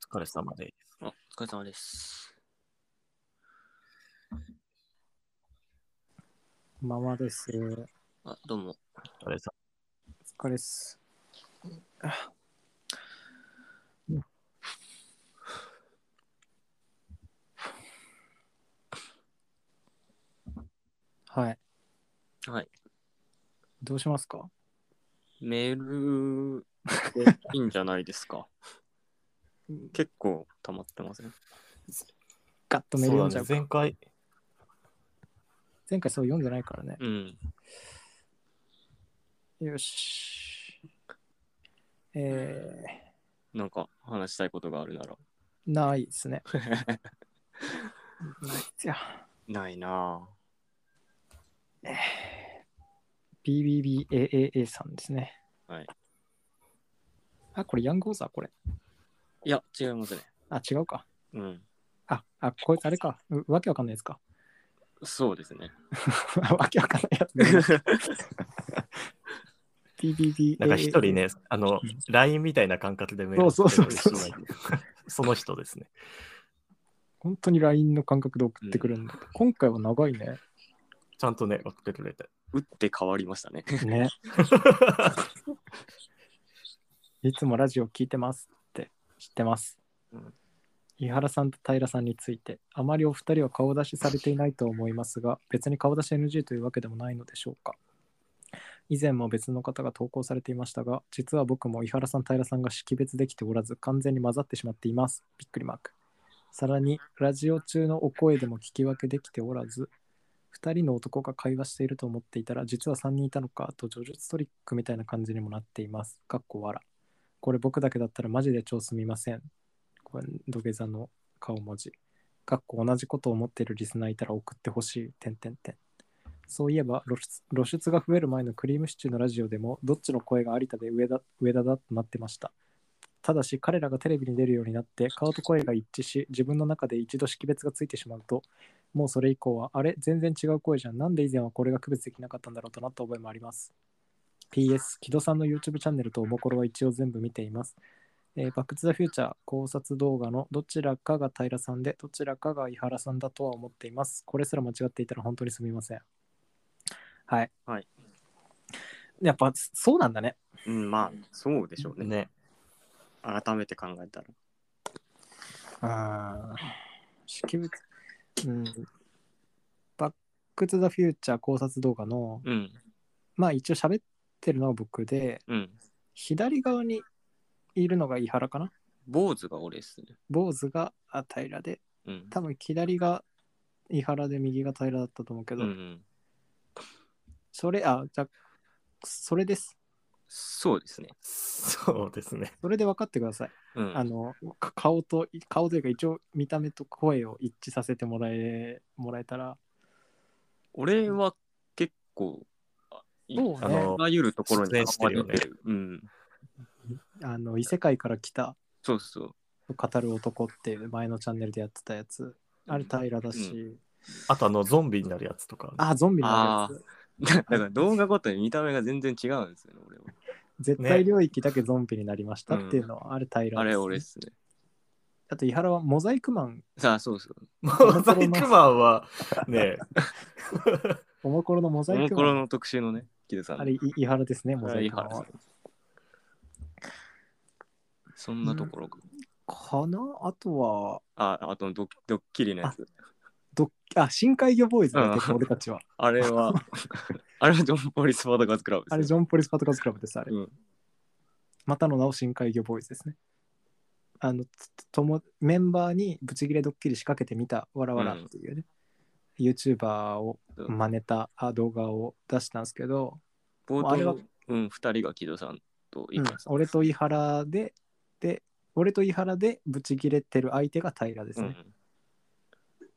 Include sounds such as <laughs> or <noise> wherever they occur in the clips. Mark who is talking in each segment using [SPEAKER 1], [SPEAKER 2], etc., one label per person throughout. [SPEAKER 1] 疲れ様です。
[SPEAKER 2] お疲れ様です。
[SPEAKER 3] ママです。
[SPEAKER 2] あ、どうも。
[SPEAKER 1] お疲れ様。
[SPEAKER 3] お疲れです。あうん、はい。
[SPEAKER 2] はい。
[SPEAKER 3] どうしますか
[SPEAKER 2] メールいいんじゃないですか。結構溜まってません、ね、
[SPEAKER 3] ガッとメール読んじゃう、
[SPEAKER 1] ね、前回。
[SPEAKER 3] 前回そう読んでないからね。
[SPEAKER 2] うん。
[SPEAKER 3] よし。え
[SPEAKER 2] ー、なんか話したいことがあるなら。
[SPEAKER 3] ないですね。
[SPEAKER 2] ないな
[SPEAKER 3] ぁ。えー、BBBAAA さんですね。
[SPEAKER 2] はい。
[SPEAKER 3] あ、これヤングオーザーこれ。
[SPEAKER 2] いや、違いますね。
[SPEAKER 3] あ、違うか。
[SPEAKER 2] うん。
[SPEAKER 3] あ、あ、こいつあれか。わけわかんないですか。 <laughs>
[SPEAKER 2] そうですね。
[SPEAKER 3] わけわかんないやつ、
[SPEAKER 1] <laughs>
[SPEAKER 3] ね。BBB。
[SPEAKER 1] なんか一人ね、あの、LINE みたいな感覚でメー
[SPEAKER 3] ルそうそうそうそう。
[SPEAKER 1] その人ですね。
[SPEAKER 3] 本当に LINE の感覚で送ってくるんだ、うん、今回は長いね。
[SPEAKER 1] ちゃんとね、送ってくれて。
[SPEAKER 2] 打って変わりました
[SPEAKER 1] <laughs>
[SPEAKER 2] ね。
[SPEAKER 3] ね。いつもラジオ聞いてますって知ってます。うん井原さんと平さんについてあまりお二人は顔出しされていないと思いますが別に顔出し NG というわけでもないのでしょうか以前も別の方が投稿されていましたが実は僕も井原さん平さんが識別できておらず完全に混ざってしまっていますびっくりマークさらにラジオ中のお声でも聞き分けできておらず2人の男が会話していると思っていたら実は3人いたのかと叙述トリックみたいな感じにもなっていますかっこわらこれ僕だけだったらマジで超すみませんこれ土下座の顔文字。かっこ同じことを思っているリスナーいたら送ってほしい。てんてんてん。そういえば露出、露出が増える前のクリームシチューのラジオでも、どっちの声が有田で上田上田だとなってました。ただし、彼らがテレビに出るようになって、顔と声が一致し、自分の中で一度識別がついてしまうと、もうそれ以降は、あれ、全然違う声じゃん。なんで以前はこれが区別できなかったんだろうとなった覚えもあります。PS、木戸さんの YouTube チャンネルとおもころは一応全部見ています。えー、バック・トゥ・ザ・フューチャー考察動画のどちらかが平さんで、どちらかが井原さんだとは思っています。これすら間違っていたら本当にすみません。はい。
[SPEAKER 2] はい、
[SPEAKER 3] やっぱそうなんだね。
[SPEAKER 2] うん、まあ、そうでしょうね。
[SPEAKER 1] ね
[SPEAKER 2] 改めて考えたら。
[SPEAKER 3] ああ、識別、うん。バック・トゥ・ザ・フューチャー考察動画の、
[SPEAKER 2] うん、
[SPEAKER 3] まあ一応喋ってるのは僕で、
[SPEAKER 2] うん、
[SPEAKER 3] 左側にいるのが伊原かな
[SPEAKER 2] 坊主が俺ですね。
[SPEAKER 3] 坊主が平で、
[SPEAKER 2] うん、
[SPEAKER 3] 多分左が伊原で右が平だったと思うけど、
[SPEAKER 2] うんうん、
[SPEAKER 3] それ、あ、じゃそれです。
[SPEAKER 2] そうですね。
[SPEAKER 1] そうですね。
[SPEAKER 3] それで分かってく
[SPEAKER 2] <laughs>
[SPEAKER 3] ださい。
[SPEAKER 2] うん、
[SPEAKER 3] あの顔と、顔というか一応見た目と声を一致させてもらえ、もらえたら。
[SPEAKER 2] 俺は結構、
[SPEAKER 3] そうね、
[SPEAKER 2] あらゆるところに
[SPEAKER 1] してるよね。
[SPEAKER 2] うん
[SPEAKER 3] あの異世界から来た
[SPEAKER 2] そうそう
[SPEAKER 3] 語る男っていう前のチャンネルでやってたやつあれ平だし、うん、
[SPEAKER 1] あとあのゾンビになるやつとか、ね、
[SPEAKER 3] あゾンビになるやつ
[SPEAKER 2] <laughs> だから動画ごとに見た目が全然違うんですよね俺は
[SPEAKER 3] 絶対領域だけゾンビになりましたっていうのは、あれ平です、ねうん、
[SPEAKER 2] あれ俺っすね
[SPEAKER 3] あと伊原はモザイクマン
[SPEAKER 2] さあそうそう
[SPEAKER 1] モザイクマンはね
[SPEAKER 3] おもころのモザイクマン
[SPEAKER 2] おもころの特集のね木戸さん
[SPEAKER 3] あれ伊原ですねモザイクマンは
[SPEAKER 2] そんなところか。
[SPEAKER 3] かなあとは。
[SPEAKER 2] あ、あとドドッキリのやつ。
[SPEAKER 3] ドッあ、深海魚ボーイズだ、ね、俺たち <laughs> は。
[SPEAKER 2] あれは、あれはジョン・ポリス・パトカズ・クラブです、
[SPEAKER 3] ね、あれ、ジョン・ポリス・パトカズ・クラブです、あれ。
[SPEAKER 2] うん、
[SPEAKER 3] またの名を深海魚ボーイズですね。あのともメンバーにブチギレドッキリ仕掛けてみたわらわらっていうね、うん、YouTuber を真似た動画を出したんですけど、
[SPEAKER 2] 冒頭の、うん、2人が木戸さんと
[SPEAKER 3] 井原さん、うん、俺と井原でで俺と井原でブチギレてる相手が平ですね、うん、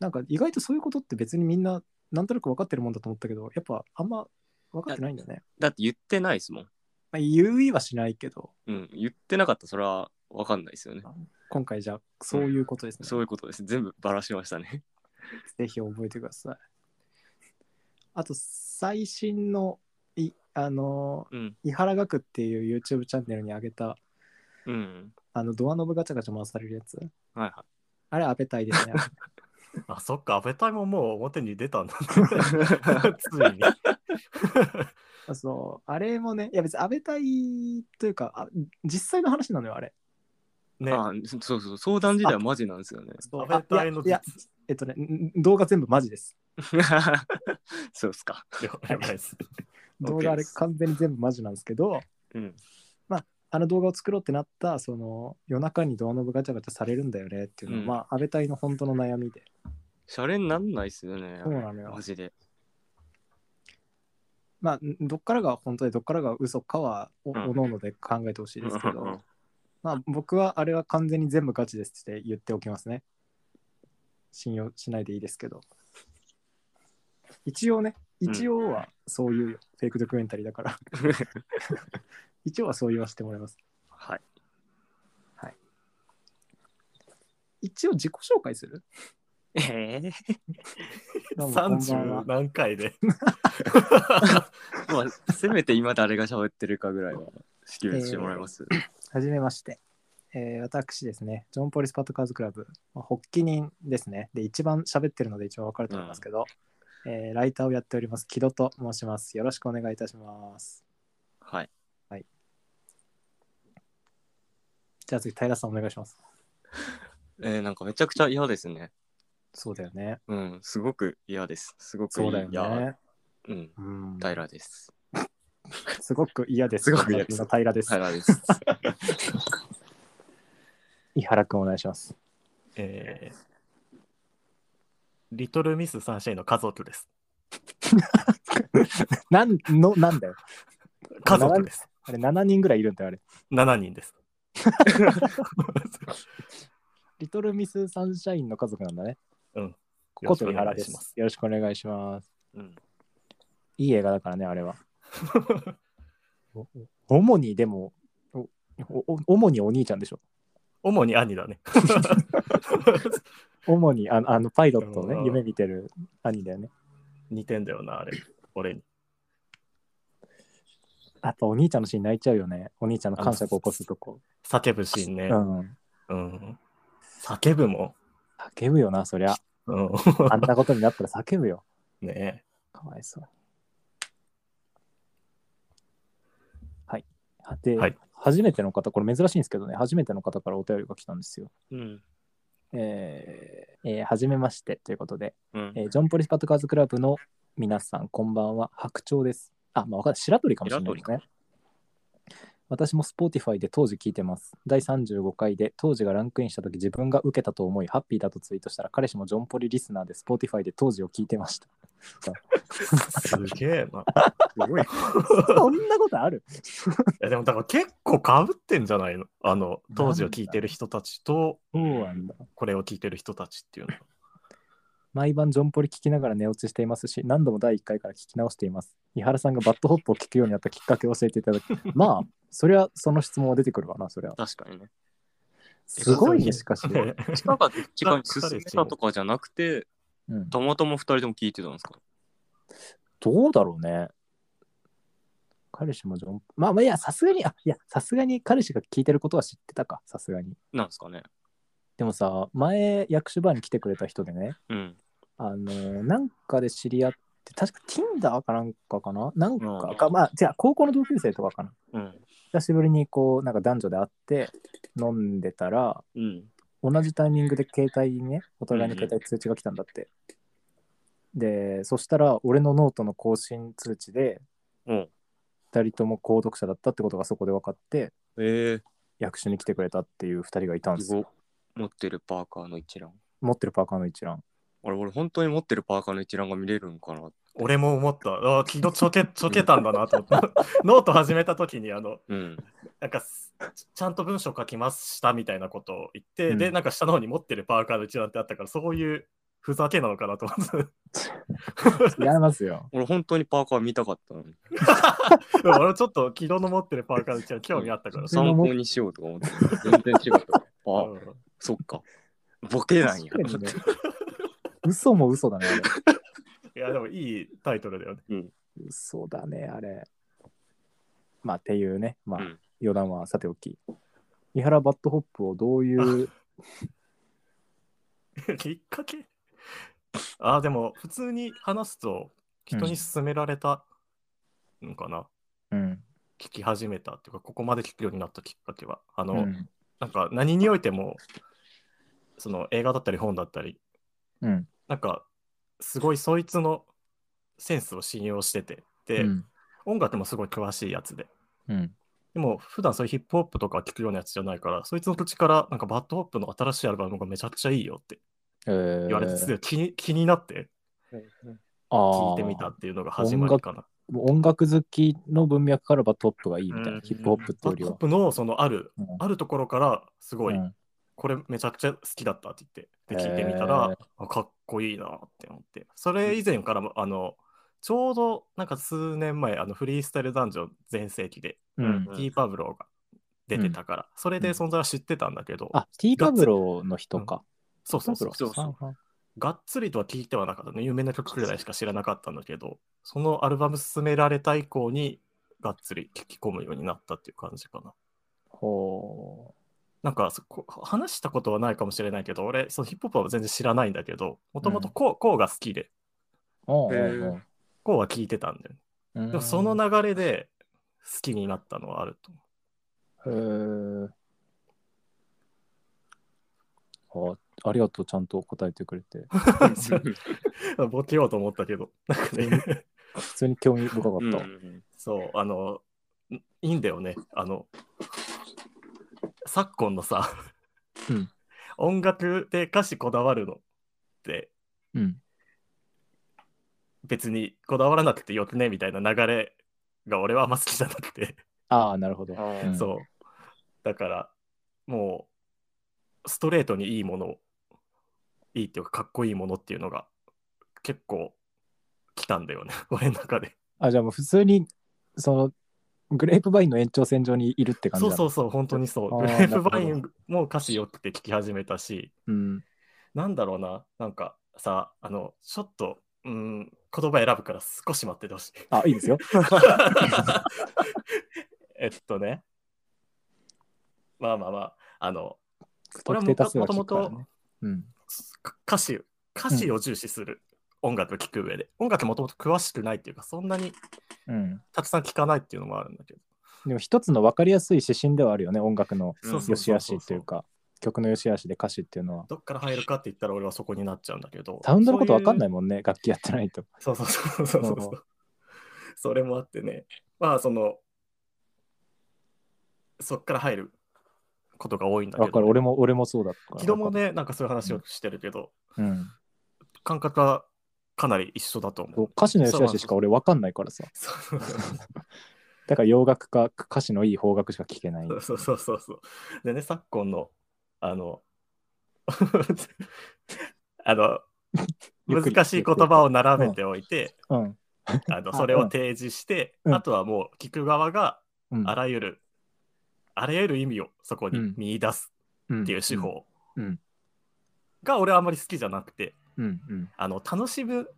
[SPEAKER 3] なんか意外とそういうことって別にみんななんとなく分かってるもんだと思ったけどやっぱあんま分かってないんだね
[SPEAKER 2] だって言ってないですもん、
[SPEAKER 3] まあ、言いはしないけど、
[SPEAKER 2] うん、言ってなかったそれは分かんないですよね
[SPEAKER 3] 今回じゃあそういうことですね、
[SPEAKER 2] うん、そういうことです全部ばらしましたね <laughs>
[SPEAKER 3] ぜひ覚えてくださいあと最新のいあの
[SPEAKER 2] ー、うん、
[SPEAKER 3] 伊原学っていう YouTube チャンネルに上げた、
[SPEAKER 2] うん、
[SPEAKER 3] あの、ドアノブガチャガチャ回されるやつ。
[SPEAKER 2] はいは
[SPEAKER 3] あれ、アペタイ
[SPEAKER 1] <laughs>
[SPEAKER 3] ですね。
[SPEAKER 1] あ、そっか、アベタイももう表に出たんだ、
[SPEAKER 3] <laughs>
[SPEAKER 1] ね。
[SPEAKER 2] い。
[SPEAKER 1] ついに。
[SPEAKER 3] あそう、あれもね、いや別に安倍隊というか、あ実際の話なのよ、あれ。
[SPEAKER 1] ね、
[SPEAKER 2] あそうそう、相談時代はマジなんですよね。
[SPEAKER 3] そう
[SPEAKER 1] 安倍隊の
[SPEAKER 3] あいやいや
[SPEAKER 1] 実
[SPEAKER 3] えっとね、んん動画全部マジです。
[SPEAKER 2] <laughs> そうっすか。
[SPEAKER 1] 了
[SPEAKER 3] <laughs>
[SPEAKER 1] 解です。
[SPEAKER 3] 動画あれ
[SPEAKER 1] OK です
[SPEAKER 3] 完全に全部マジなんですけど、
[SPEAKER 2] うん。
[SPEAKER 3] あの動画を作ろうってなった、その夜中にドアノブガチャガチャされるんだよねっていうのは、
[SPEAKER 2] うん
[SPEAKER 3] まあ、安倍隊の本当の悩みで。
[SPEAKER 2] シャレになんないっすよね。
[SPEAKER 3] そうなのよ
[SPEAKER 2] マジで。
[SPEAKER 3] まあ、んどっからが本当で、どっからが嘘かは、お
[SPEAKER 2] うん
[SPEAKER 3] おのおので考えてほしいですけ
[SPEAKER 2] うんうんうん
[SPEAKER 3] ど、まあ、僕はあれは完全に全部ガチですって言っておきますね。信用しないでいいですけど。一応ね、
[SPEAKER 2] うん
[SPEAKER 3] 一応はそういうよ、フェイクドキュメンタリー
[SPEAKER 2] <laughs>
[SPEAKER 3] だから。一応はそう言わせてもらいます。
[SPEAKER 2] はい。
[SPEAKER 3] 一応自己紹介する
[SPEAKER 2] ええ
[SPEAKER 3] どうもこんばんは
[SPEAKER 1] 30何
[SPEAKER 3] <laughs>
[SPEAKER 1] 回で。
[SPEAKER 2] まあ、せめて今誰が喋ってるかぐらいは識別してもらいます。
[SPEAKER 3] はじめまして。えー私ですね、ジョン・ポリス・パッド・カーズ・クラブ、まあ、発起人ですね。で、一番喋ってるので一番わかると思いますけど、えーライターをやっております、木戸と申します。よろしくお願いいたします。
[SPEAKER 2] はい。
[SPEAKER 3] じゃあ次、平さんお願いします。
[SPEAKER 2] えー、なんかめちゃくちゃ嫌ですね。
[SPEAKER 3] そうだよね。
[SPEAKER 2] うん、すごく嫌です。すごく
[SPEAKER 3] そうだよ
[SPEAKER 2] 嫌。
[SPEAKER 3] ね。
[SPEAKER 2] うん、
[SPEAKER 3] うん、
[SPEAKER 2] 平です。
[SPEAKER 3] すごく嫌です。
[SPEAKER 2] すごく嫌です
[SPEAKER 3] 私の平です。
[SPEAKER 2] 平です。
[SPEAKER 3] 伊原くんお願いします。
[SPEAKER 1] えーリトルミスサンシャインの家族です。
[SPEAKER 3] なんの、なんだよ。
[SPEAKER 1] 家族です。
[SPEAKER 3] あれ、7人ぐらいいるんだよ、あれ。
[SPEAKER 1] 7
[SPEAKER 3] <laughs>
[SPEAKER 1] 人です。
[SPEAKER 3] リトルミス・サンシャインの家族なんだね。
[SPEAKER 1] うん。
[SPEAKER 3] こと伊原で
[SPEAKER 1] よろしくお願いします
[SPEAKER 3] す。よろしくお願いします。
[SPEAKER 2] うん、
[SPEAKER 3] いい映画だからね、あれは。主にでもおお主にお兄ちゃんでしょ
[SPEAKER 1] 主に
[SPEAKER 3] <laughs>
[SPEAKER 1] 兄だね。
[SPEAKER 3] 主にあのあのパイロットをね
[SPEAKER 1] うん
[SPEAKER 3] 夢見てる兄だよね
[SPEAKER 1] 似てんだよな、あれ。俺に。
[SPEAKER 3] やっぱお兄ちゃんのシーン泣いちゃうよねお兄ちゃんの感触を起こすとこ
[SPEAKER 1] 叫ぶシーンね
[SPEAKER 3] う。ん
[SPEAKER 1] うん。叫ぶも
[SPEAKER 3] 叫ぶよなそりゃ
[SPEAKER 1] ん。うん。 <laughs>
[SPEAKER 3] あんなことになったら叫ぶよ
[SPEAKER 1] ね
[SPEAKER 3] かわいそうはいで、
[SPEAKER 1] はい
[SPEAKER 3] 初めての方これ珍しいんですけどね初めての方からお便りが来たんですよ
[SPEAKER 2] うん、
[SPEAKER 3] えーえー、はじめましてということで
[SPEAKER 2] うん
[SPEAKER 3] え。ージョン・ポリス・パトカーズ・クラブの皆さん、こんばんは。白鳥です。あ、まあ、わかんない。白鳥かもしれないですね。私も Spotify で当時聞いてます。第35回で当時がランクインした時自分が受けたと思い、ハッピーだとツイートしたら、彼氏もジョン・ポリリスナーで Spotify で当時を聞いてました。
[SPEAKER 1] すげえな。
[SPEAKER 2] す
[SPEAKER 1] <laughs>
[SPEAKER 2] ごい。
[SPEAKER 3] <laughs> そんなことある
[SPEAKER 1] いやでもだから結構かぶってんじゃないのあの、当時を聞いてる人たちと、
[SPEAKER 3] そうなんだ。
[SPEAKER 1] これを聞いてる人たちっていうのは。
[SPEAKER 3] 毎晩ジョンポリ聞きながら寝落ちしていますし、何度も第1回から聞き直しています。伊原さんがバッドホップを聞くようになったきっかけを教えていただき、まあ、そりゃその質問は出てくるわな、そりゃ。
[SPEAKER 2] 確かにね。
[SPEAKER 3] すごいね、し <laughs> かし。
[SPEAKER 2] 近か近かに進めたとかじゃなくて、
[SPEAKER 3] うん
[SPEAKER 2] たまたま二人とも聞いてたんですか
[SPEAKER 3] どうだろうね。彼氏もジョン。まあまあいや、さすがに、あ、いや、さすがに彼氏が聞いてることは知ってたか、さすがに。
[SPEAKER 2] なんですかね。
[SPEAKER 3] でもさ、前、役所バーに来てくれた人でね、
[SPEAKER 2] うん。
[SPEAKER 3] あのーなんかで知り合って、確か Tinder かなんかかななんかか、
[SPEAKER 2] うん
[SPEAKER 3] まあ、じゃあ高校の同級生とかかな。
[SPEAKER 2] うん。
[SPEAKER 3] 久しぶりにこう、なんか男女で会って、飲んでたら、
[SPEAKER 2] うん。
[SPEAKER 3] 同じタイミングで携帯にね、お互いの携帯通知が来たんだって。で、そしたら、俺のノートの更新通知で、
[SPEAKER 2] うん。
[SPEAKER 3] 2人とも購読者だったってことがそこで分かって
[SPEAKER 2] え
[SPEAKER 3] 役所に来てくれたっていう2人がいたん
[SPEAKER 2] ー、
[SPEAKER 3] ですす
[SPEAKER 2] ご
[SPEAKER 3] よ
[SPEAKER 2] い持ってるパーカーの一覧。
[SPEAKER 3] 持ってるパーカーの一覧
[SPEAKER 2] 俺、俺、本当に持ってるパーカーの一覧が見れるんかな。
[SPEAKER 1] 俺も思った。ああ、気のちょけ、ちょけたんだなと思った。 <laughs> ノート始めた時に、あの、
[SPEAKER 2] うん。
[SPEAKER 1] なんかす、ちちゃんと文章書きましたみたいなことを言って、
[SPEAKER 3] うん
[SPEAKER 1] で、なんか下の方に持ってるパーカーの一覧ってあったから、そういうふざけなのかなと思って。
[SPEAKER 3] 違いますよ
[SPEAKER 2] 俺、本当にパーカー見たかったのに。
[SPEAKER 1] でも俺ちょっと昨日の持ってるパーカーの一覧興味あったからさ。
[SPEAKER 2] 参考にしようとか思ってた全然違った。あ、
[SPEAKER 1] <laughs> うん
[SPEAKER 2] そっか。ボケなんや。
[SPEAKER 3] 確かにね <laughs> 嘘も嘘だねあれ
[SPEAKER 1] いや、でもいいタイトルだよね。
[SPEAKER 3] 嘘だねあれまあっていうねまあ、
[SPEAKER 2] うん
[SPEAKER 3] 余談はさておき伊原バッドホップをどう
[SPEAKER 1] <laughs>
[SPEAKER 3] いう、
[SPEAKER 1] きっかけああ、でも、普通に話すと、人に勧められたのかな、
[SPEAKER 3] うん
[SPEAKER 1] 聞き始めたっていうか、ここまで聞くようになったきっかけは。あの、
[SPEAKER 3] うん
[SPEAKER 1] なんか何においても、その映画だったり本だったり、
[SPEAKER 3] うん
[SPEAKER 1] なんか、すごいそいつのセンスを信用してて、で、
[SPEAKER 3] うん
[SPEAKER 1] 音楽もすごい詳しいやつで。
[SPEAKER 3] うん
[SPEAKER 1] でも、普段そういうヒップホップとか聞くようなやつじゃないから、そいつの口から、なんかバッドホップの新しいアルバムがめちゃくちゃいいよって
[SPEAKER 3] えー
[SPEAKER 1] 言われて、すごい気に気になって
[SPEAKER 2] <laughs>
[SPEAKER 1] 聞
[SPEAKER 3] あ
[SPEAKER 1] い
[SPEAKER 3] ー
[SPEAKER 1] てみたっていうのが始まりかな。
[SPEAKER 3] 音楽好きの文脈からバッドホップがいいみたいな、
[SPEAKER 2] うん
[SPEAKER 3] ヒップホップって
[SPEAKER 1] バ
[SPEAKER 3] よ
[SPEAKER 1] ッ
[SPEAKER 3] り
[SPEAKER 1] ドホッ
[SPEAKER 3] は。
[SPEAKER 1] プのそのある、
[SPEAKER 3] うん
[SPEAKER 1] あるところから、すごい、
[SPEAKER 3] うん
[SPEAKER 1] これめちゃくちゃ好きだったって言って、で聞いてみたら、あかっこいいなって思って、それ以前からも、あの、ちょうどなんか数年前、あのフリースタイル男女全盛期で、
[SPEAKER 3] うん
[SPEAKER 2] うん
[SPEAKER 1] ティーパブローが出てたから、それで存在は知ってたんだけど、
[SPEAKER 3] あ、ティーパブローの人か。
[SPEAKER 1] そうそう
[SPEAKER 3] テ
[SPEAKER 1] そ
[SPEAKER 3] ィ
[SPEAKER 1] う
[SPEAKER 3] ーパブロ
[SPEAKER 2] そ
[SPEAKER 3] ー
[SPEAKER 2] うそう
[SPEAKER 3] はんはん
[SPEAKER 1] がっつりとは聞いてはなかったね。有名な曲くらいしか知らなかったんだけど、そのアルバム進められた以降に、がっつり聞き込むようになったっていう感じかな。
[SPEAKER 3] ほ
[SPEAKER 1] なんかそこ話したことはないかもしれないけど、俺、そのヒップホップは全然知らないんだけど、もともとこう、こうが好きで、
[SPEAKER 3] う。おう
[SPEAKER 2] へ
[SPEAKER 3] お
[SPEAKER 2] ー
[SPEAKER 3] う
[SPEAKER 1] こうは聞いてたんだよね。
[SPEAKER 3] おう
[SPEAKER 1] でもその、流れで好きになったのはあると思 <laughs>
[SPEAKER 3] うんへーあありがとう、ちゃんと答えてくれ
[SPEAKER 1] <laughs>
[SPEAKER 3] て。
[SPEAKER 1] う。ボケようと思ったけど、なんかね、
[SPEAKER 3] 普通に興味深か
[SPEAKER 2] うん
[SPEAKER 3] った。
[SPEAKER 1] そう、あの、いいいんだよね。あの、昨今のさ、
[SPEAKER 3] うん
[SPEAKER 1] 音楽で歌詞こだわるのって、
[SPEAKER 3] うん。
[SPEAKER 1] 別にこだわらなくてよくねみたいな流れが俺はあんま好きじゃなくて。
[SPEAKER 3] ああ、なるほど。
[SPEAKER 2] あー
[SPEAKER 3] うん
[SPEAKER 1] そう。だから、もう、ストレートにいいものを、いいっていうか、かっこいいものっていうのが、結構、来たんだよね、 <laughs> 俺の中で。
[SPEAKER 3] あ、じゃあもう普通に、その、グレープバインの延長線上にいるって感じ
[SPEAKER 1] そう
[SPEAKER 3] なの
[SPEAKER 1] そうそう、本当にそう。
[SPEAKER 3] あー
[SPEAKER 1] グレー <laughs> プバイ
[SPEAKER 3] な
[SPEAKER 1] ンも歌詞よくて聞き始めたし、
[SPEAKER 3] うん。
[SPEAKER 1] なんだろうな、なんかさ、あの、ちょっと、うん、言葉選ぶから少し待って
[SPEAKER 3] <laughs>
[SPEAKER 1] てほしい。
[SPEAKER 3] あ、いい
[SPEAKER 1] <laughs>
[SPEAKER 3] ですよ。
[SPEAKER 1] えっとね、まあまあまあ、あの、
[SPEAKER 3] 不特
[SPEAKER 1] 俺も
[SPEAKER 3] 定多数が聞くから
[SPEAKER 1] もとも
[SPEAKER 3] ね。うん。
[SPEAKER 1] 歌詞歌詞を重視する、音楽を聴く上で音楽もともと詳しくないっていうかそんなに
[SPEAKER 3] うん。
[SPEAKER 1] たくさん聴かないっていうのもあるんだけど
[SPEAKER 3] でも一つの分かりやすい指針ではあるよね、音楽の
[SPEAKER 2] うん
[SPEAKER 1] そうそう
[SPEAKER 3] 良し
[SPEAKER 1] そう
[SPEAKER 3] 悪
[SPEAKER 1] そ
[SPEAKER 3] し
[SPEAKER 1] う
[SPEAKER 3] というか、曲の良し悪しで歌詞っていうのは。
[SPEAKER 1] どっから入るかって言ったら俺はそこになっちゃうんだけど
[SPEAKER 3] サウンドのこと分かんないいもんね、楽器やってないと。
[SPEAKER 1] そういうそうそうそうそう
[SPEAKER 3] <laughs>
[SPEAKER 1] そうそうそれもあってねまあそのそっから入ることが多いんだけど
[SPEAKER 3] だから俺も、俺もそうだったから。
[SPEAKER 1] 昨日もねなんかそういう話をしてるけど、
[SPEAKER 3] うん。
[SPEAKER 1] 感覚はかなり一緒だと思う
[SPEAKER 3] 歌詞の良し悪ししか俺分かんないからさ。
[SPEAKER 1] そうそうそう
[SPEAKER 3] だから洋楽か歌詞のいい方角しか聞けない。
[SPEAKER 1] そうそうそうそう。でね、昨今の、あの、 <laughs> あの、
[SPEAKER 3] ゆっくり
[SPEAKER 1] 難しい言葉を並べておいて、
[SPEAKER 3] うん。
[SPEAKER 1] あの
[SPEAKER 3] あ
[SPEAKER 1] それを提示して、
[SPEAKER 3] うん
[SPEAKER 1] あとはもう聞く側が
[SPEAKER 3] うん
[SPEAKER 1] あらゆる、あらゆる意味をそこに
[SPEAKER 3] うん
[SPEAKER 1] 見出す
[SPEAKER 3] っ
[SPEAKER 1] っていう手。法
[SPEAKER 3] うん
[SPEAKER 1] が俺はあんまり好きじゃなくて、
[SPEAKER 3] うん。うん。
[SPEAKER 1] あの楽しむ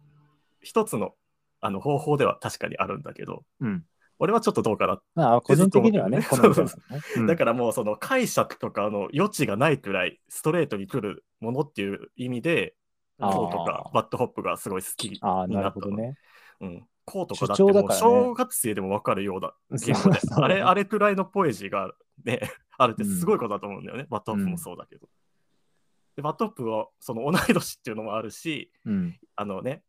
[SPEAKER 1] 一つのあの方法では確かにあるんだけど、
[SPEAKER 3] うん。
[SPEAKER 1] 俺はちょっとどうかな
[SPEAKER 3] まあ、個人的にはね、
[SPEAKER 1] ず
[SPEAKER 3] 好
[SPEAKER 1] っと
[SPEAKER 3] み
[SPEAKER 1] 思って
[SPEAKER 3] だ
[SPEAKER 1] るね
[SPEAKER 3] もんね
[SPEAKER 1] だからもうその解釈とかの余地がないくらいストレートに来るものっていう意味で、
[SPEAKER 3] あー
[SPEAKER 1] こうとかバッドホップがすごい好きに
[SPEAKER 3] うんああ、なる
[SPEAKER 1] なっ
[SPEAKER 3] ほ
[SPEAKER 1] た
[SPEAKER 3] ど
[SPEAKER 1] の。
[SPEAKER 3] ね。
[SPEAKER 1] うん、こうとかだって
[SPEAKER 3] 主張
[SPEAKER 1] も
[SPEAKER 3] だ
[SPEAKER 1] う
[SPEAKER 3] からね
[SPEAKER 1] 小学生でも分かるような言語で
[SPEAKER 3] そう、そう
[SPEAKER 1] あれあれくらいのポエジーが、ね、 <laughs> あるってすごいことだと思うんだよね、バッドホップもそうだけど。でバッドホップはその同い年っていうのもあるし、
[SPEAKER 3] うん。
[SPEAKER 1] あのね、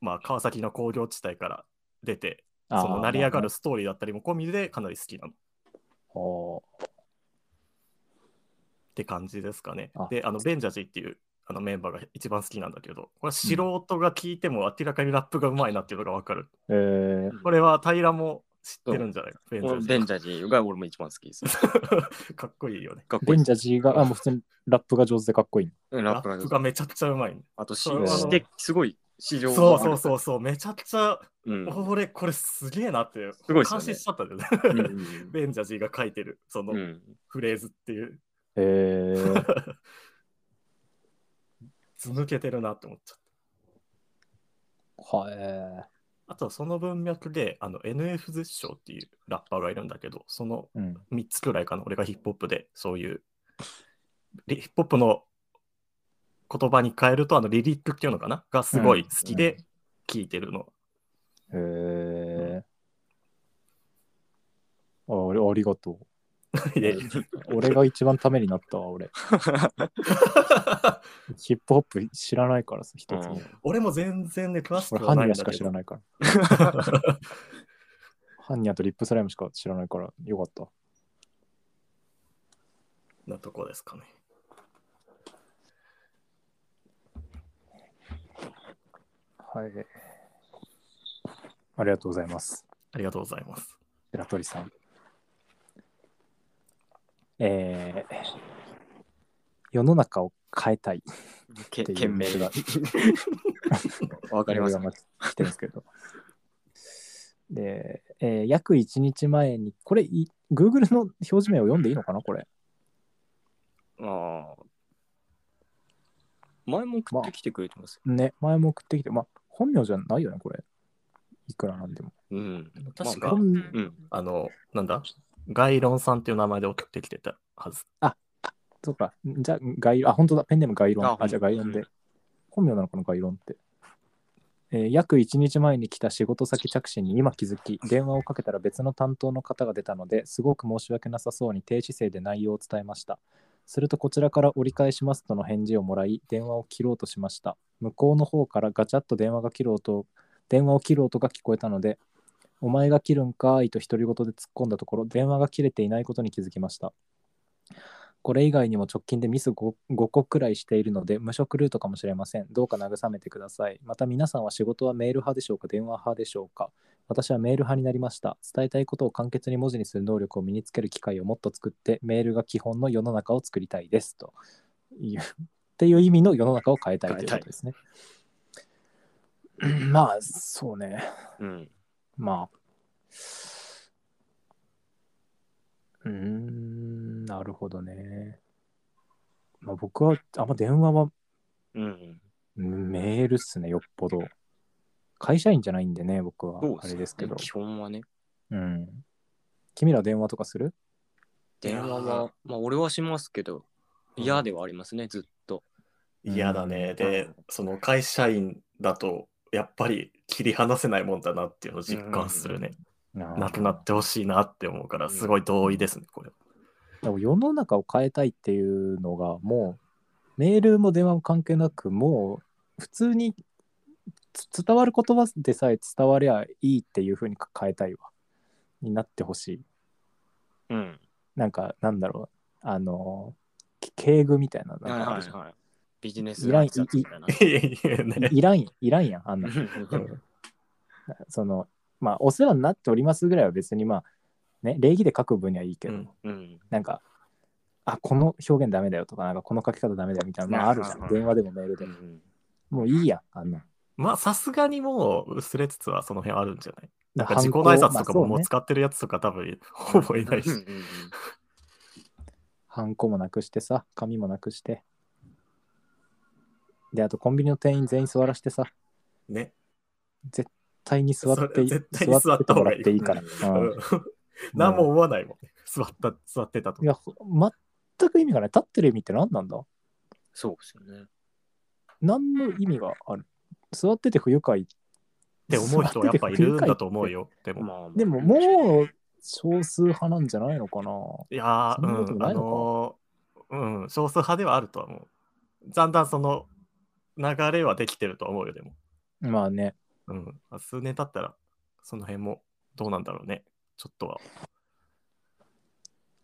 [SPEAKER 1] まあ、川崎の工業地帯から出て、
[SPEAKER 3] あー
[SPEAKER 1] その成り上がる。ストーリーだったりも込みでかなり好きなの。
[SPEAKER 3] まあおー
[SPEAKER 1] って感じですかね
[SPEAKER 3] あ。
[SPEAKER 1] で、あのベンジャジーっていうあのメンバーが一番好きなんだけど、これは素人が聞いても明らかにラップがうまいなっていうのがわかる。
[SPEAKER 3] えー
[SPEAKER 1] これは平も知ってるんじゃないか、ベンジャジ
[SPEAKER 2] ベン
[SPEAKER 1] ー。
[SPEAKER 2] ジャジーが俺も一番好きです。
[SPEAKER 1] かっこいいよね。
[SPEAKER 2] かっこ
[SPEAKER 3] ベ
[SPEAKER 2] いい
[SPEAKER 3] ン。ジャジーが、あ、もう普通にラップが上手でかっこいい。
[SPEAKER 2] うんラ
[SPEAKER 1] ラ
[SPEAKER 2] ップが
[SPEAKER 1] ップがめちゃくちゃうまい、ね。
[SPEAKER 2] あとし、
[SPEAKER 1] そう
[SPEAKER 2] してすごい市場
[SPEAKER 1] そうそうそうそう、めちゃくちゃ、
[SPEAKER 2] う。うん。うん
[SPEAKER 1] 俺これすげえなって
[SPEAKER 2] すごいっすよ
[SPEAKER 1] 感
[SPEAKER 2] ね
[SPEAKER 1] 心しちゃったんだよね。
[SPEAKER 2] うん
[SPEAKER 1] <laughs> ベンジャジーが書いてるその
[SPEAKER 2] うん。
[SPEAKER 1] フレーズっていう、
[SPEAKER 3] えー
[SPEAKER 1] ず抜けてるなって思っちゃっ
[SPEAKER 3] はえー
[SPEAKER 1] あとその文脈で、あの NF 絶唱っていうラッパーがいるんだけど、その
[SPEAKER 3] うん。
[SPEAKER 1] 3つくらいかな、俺がヒップホップで、そういう、リヒップホップの言葉に変えると、あのリリックっていうのかながすごい好きで聴いてるの。
[SPEAKER 3] へえ。あ俺ありがと
[SPEAKER 1] で
[SPEAKER 2] <laughs>
[SPEAKER 3] う。俺が一番ためになったわ、俺。ヒップホップ知らないからさ、一つも。
[SPEAKER 2] うん
[SPEAKER 1] 俺も全然ね、詳しく
[SPEAKER 3] 俺、
[SPEAKER 1] は
[SPEAKER 3] ハン
[SPEAKER 1] ない
[SPEAKER 3] ニャ
[SPEAKER 1] んだ
[SPEAKER 3] しか
[SPEAKER 1] け
[SPEAKER 3] 知
[SPEAKER 1] ど
[SPEAKER 3] ら。ないから。
[SPEAKER 1] <laughs>
[SPEAKER 3] ハンニャとリップスライムしか知らないから、よかった。
[SPEAKER 1] なとこですかね。
[SPEAKER 3] はい。ありがとうございます。
[SPEAKER 1] ありがとうございます。
[SPEAKER 3] 白鳥さん。えー、世の中を変えたい。
[SPEAKER 2] け
[SPEAKER 3] っていう
[SPEAKER 2] 懸命
[SPEAKER 3] メール
[SPEAKER 2] <laughs>
[SPEAKER 3] が
[SPEAKER 2] わかります
[SPEAKER 3] <laughs> メールが来てるんですけど。で、えー約1日前に、これい、Google の表示名を読んでいいのかなこれ。
[SPEAKER 2] ああ。前も送ってきてくれてますよ。
[SPEAKER 3] ね、前も送ってきて、まあ、本名じゃないよね、これ。いくらなんでも。
[SPEAKER 2] うん。
[SPEAKER 1] 確
[SPEAKER 2] ま
[SPEAKER 1] か
[SPEAKER 2] あまあ
[SPEAKER 3] 本
[SPEAKER 2] うん。
[SPEAKER 1] あの、なんだ概論さんっていう名前で送ってきてたはず。
[SPEAKER 3] そうか、じゃあ、概論、あ、本当だ、ペンネーム概論。
[SPEAKER 2] あ
[SPEAKER 3] あ、じゃあ概論で。
[SPEAKER 2] うん
[SPEAKER 3] 本名なのかな、概論って。えー約1日前に来た仕事先着信に今気づき、電話をかけたら別の担当の方が出たので、すごく申し訳なさそうに低姿勢で内容を伝えました。するとこちらから折り返しますとの返事をもらい、電話を切ろうとしました。向こうの方からガチャッと電話が切る音、電話を切る音が聞こえたので、お前が切るんかーいと独り言で突っ込んだところ、電話が切れていないことに気づきました。これ以外にも直近でミス 5, 5個くらいしているので無職ルートかもしれません。どうか慰めてください。また皆さんは仕事はメール派でしょうか電話派でしょうか私はメール派になりました。伝えたいことを簡潔に文字にする能力を身につける機会をもっと作ってメールが基本の世の中を作りたいです。というっていう意味の世の中を変えたいということですね。まあそうね。
[SPEAKER 2] うん。
[SPEAKER 3] まあ。うーん、なるほどね。まあ、僕は、あんま電話は
[SPEAKER 2] うん。
[SPEAKER 3] うんメールっすね、よっぽど。会社員じゃないんでね、僕は
[SPEAKER 2] そう。
[SPEAKER 3] あれですけど。
[SPEAKER 2] 基本はね。
[SPEAKER 3] うん。君らは電話とかする
[SPEAKER 2] 電話は、まあ俺はしますけど、嫌ではありますね、ずっと。
[SPEAKER 3] うん
[SPEAKER 1] 嫌だね。で、その会社員だと、やっぱり切り離せないもんだなっていうのを実感するね。な
[SPEAKER 3] な
[SPEAKER 1] くなってほしいなって思うから、
[SPEAKER 2] うん
[SPEAKER 1] すごい同意ですね、これ。
[SPEAKER 3] でも世の中を変えたいっていうのがもうメールも電話も関係なくもう普通につ伝わる言葉でさえ伝わりゃいいっていう風に変えたいわになってほしい
[SPEAKER 2] うん。
[SPEAKER 3] なんかなんだろうあのけ敬具みたいな
[SPEAKER 2] はい
[SPEAKER 3] なんかあ
[SPEAKER 2] は
[SPEAKER 3] る
[SPEAKER 2] い
[SPEAKER 3] じゃん
[SPEAKER 2] はい。ビジネス
[SPEAKER 3] いらん
[SPEAKER 2] 挨拶みたいな。
[SPEAKER 1] <laughs> いやいやね
[SPEAKER 3] いらんいらんやんあんなの <laughs>
[SPEAKER 1] うん
[SPEAKER 3] そのまあお世話になっておりますぐらいは別にまあね礼儀で書く分にはいいけど、
[SPEAKER 1] うん
[SPEAKER 2] うん。
[SPEAKER 3] なんかあこの表現ダメだよとかなんかこの書き方ダメだよみたいなまああるじゃ
[SPEAKER 2] うんうんんうん
[SPEAKER 3] 電話でもメールで
[SPEAKER 2] う
[SPEAKER 3] も
[SPEAKER 2] ん
[SPEAKER 3] もういいやんあんなの
[SPEAKER 1] まあ、さすがにもう薄れつつはその辺あるんじゃない
[SPEAKER 3] な
[SPEAKER 1] なんん
[SPEAKER 3] か
[SPEAKER 1] か
[SPEAKER 3] 自
[SPEAKER 1] 自
[SPEAKER 3] 己
[SPEAKER 1] 己
[SPEAKER 3] 挨
[SPEAKER 1] 挨
[SPEAKER 3] 拶
[SPEAKER 1] 拶
[SPEAKER 3] と
[SPEAKER 1] と
[SPEAKER 3] か
[SPEAKER 1] か
[SPEAKER 3] も
[SPEAKER 1] も
[SPEAKER 3] も
[SPEAKER 1] も
[SPEAKER 3] う
[SPEAKER 1] う使ってるやつとか多分ほぼいないし
[SPEAKER 2] う。んうんうん
[SPEAKER 3] ハンコもなくしてさ、紙もなくして。で、あとコンビニの店員全員座らしてさ、
[SPEAKER 1] ね。
[SPEAKER 3] 絶対に座ってい
[SPEAKER 1] それ絶対に座った方がいい
[SPEAKER 3] 座ってもらっていいから。
[SPEAKER 1] う
[SPEAKER 3] うん
[SPEAKER 1] ん <laughs> 何も思わないもんね。座った、座ってたと
[SPEAKER 3] い。や、ほ全く意味がない。立ってる意味って何なんだ
[SPEAKER 2] そうですよね。
[SPEAKER 3] 何の意味がある座ってて不愉快。
[SPEAKER 1] って思う人はやっぱいるんだと思うよ。でも、
[SPEAKER 2] まあ、
[SPEAKER 3] でももう少数派なんじゃないのかな。
[SPEAKER 1] いや
[SPEAKER 3] そんなこ
[SPEAKER 1] ー、
[SPEAKER 3] と
[SPEAKER 1] うん、
[SPEAKER 3] な
[SPEAKER 1] あ
[SPEAKER 3] いの
[SPEAKER 1] のー、うん、少数派ではあるとは思う。だんだんその流れはできてると思うよ、でも。
[SPEAKER 3] まあね。
[SPEAKER 1] うん。数年経ったら、その辺もどうなんだろうね。ちょっとは。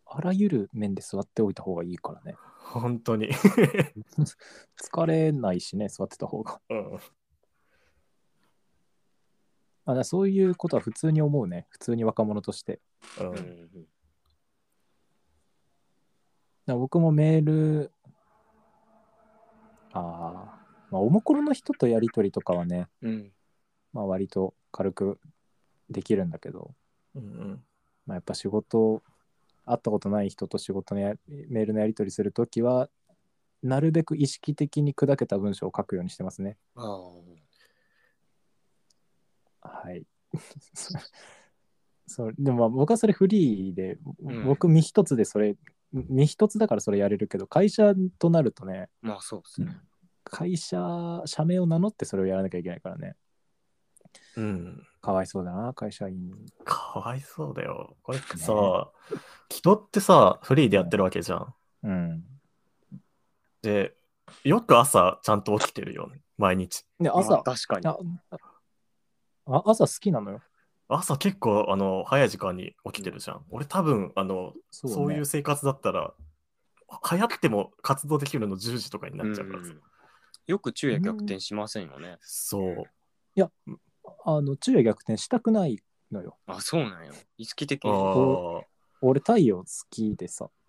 [SPEAKER 3] あらゆる面で座っておいた方がいいからね。
[SPEAKER 1] 本当に。
[SPEAKER 3] 疲れないしね、座ってた方が。
[SPEAKER 1] うん。
[SPEAKER 3] あだからそういうことは普通に思うね。普通に若者として。
[SPEAKER 1] う
[SPEAKER 2] うん
[SPEAKER 1] ん。
[SPEAKER 2] うん
[SPEAKER 3] だから僕もメール、あー、まあ、おもころの人とやりとりとかはね、
[SPEAKER 2] うん。
[SPEAKER 3] まあ、割と軽くできるんだけど、
[SPEAKER 1] うん
[SPEAKER 3] まあ、やっぱ仕事、会ったことない人と仕事のやメールのやり取りするときは、なるべく意識的に砕けた文章を書くようにしてますね。
[SPEAKER 2] ああ。
[SPEAKER 3] はい。 <laughs> そうでもまあ僕はそれフリーで、
[SPEAKER 2] うん
[SPEAKER 3] 僕身一つでそれ身一つだからそれやれるけど会社となるとね
[SPEAKER 2] まあそうですね。
[SPEAKER 3] 会社社名を名乗ってそれをやらなきゃいけないからね
[SPEAKER 1] うん。
[SPEAKER 3] かわいそうだな会社員
[SPEAKER 1] かわいそうだよ。これさ、人ってさ、フリーでやってるわけじゃん。
[SPEAKER 3] うん
[SPEAKER 1] で、よく朝ちゃんと起きてるよね、毎日。
[SPEAKER 3] で
[SPEAKER 2] ま
[SPEAKER 3] 朝
[SPEAKER 2] あ確かに。
[SPEAKER 3] ああ朝好きなのよ
[SPEAKER 1] 朝結構あの早い時間に起きてるじゃん。俺多分あの
[SPEAKER 3] そ
[SPEAKER 1] そう,、
[SPEAKER 3] ね
[SPEAKER 1] いう生活だったら早くても活動できるの10時とかになっちゃうからさ、
[SPEAKER 2] うんよく昼夜逆転しませんよね。
[SPEAKER 1] そう
[SPEAKER 3] あの昼夜逆転したくないのよ
[SPEAKER 2] あ、そうなんや。意識的
[SPEAKER 1] あ
[SPEAKER 2] に。
[SPEAKER 1] ー
[SPEAKER 3] 俺太陽好きでさ
[SPEAKER 2] <laughs>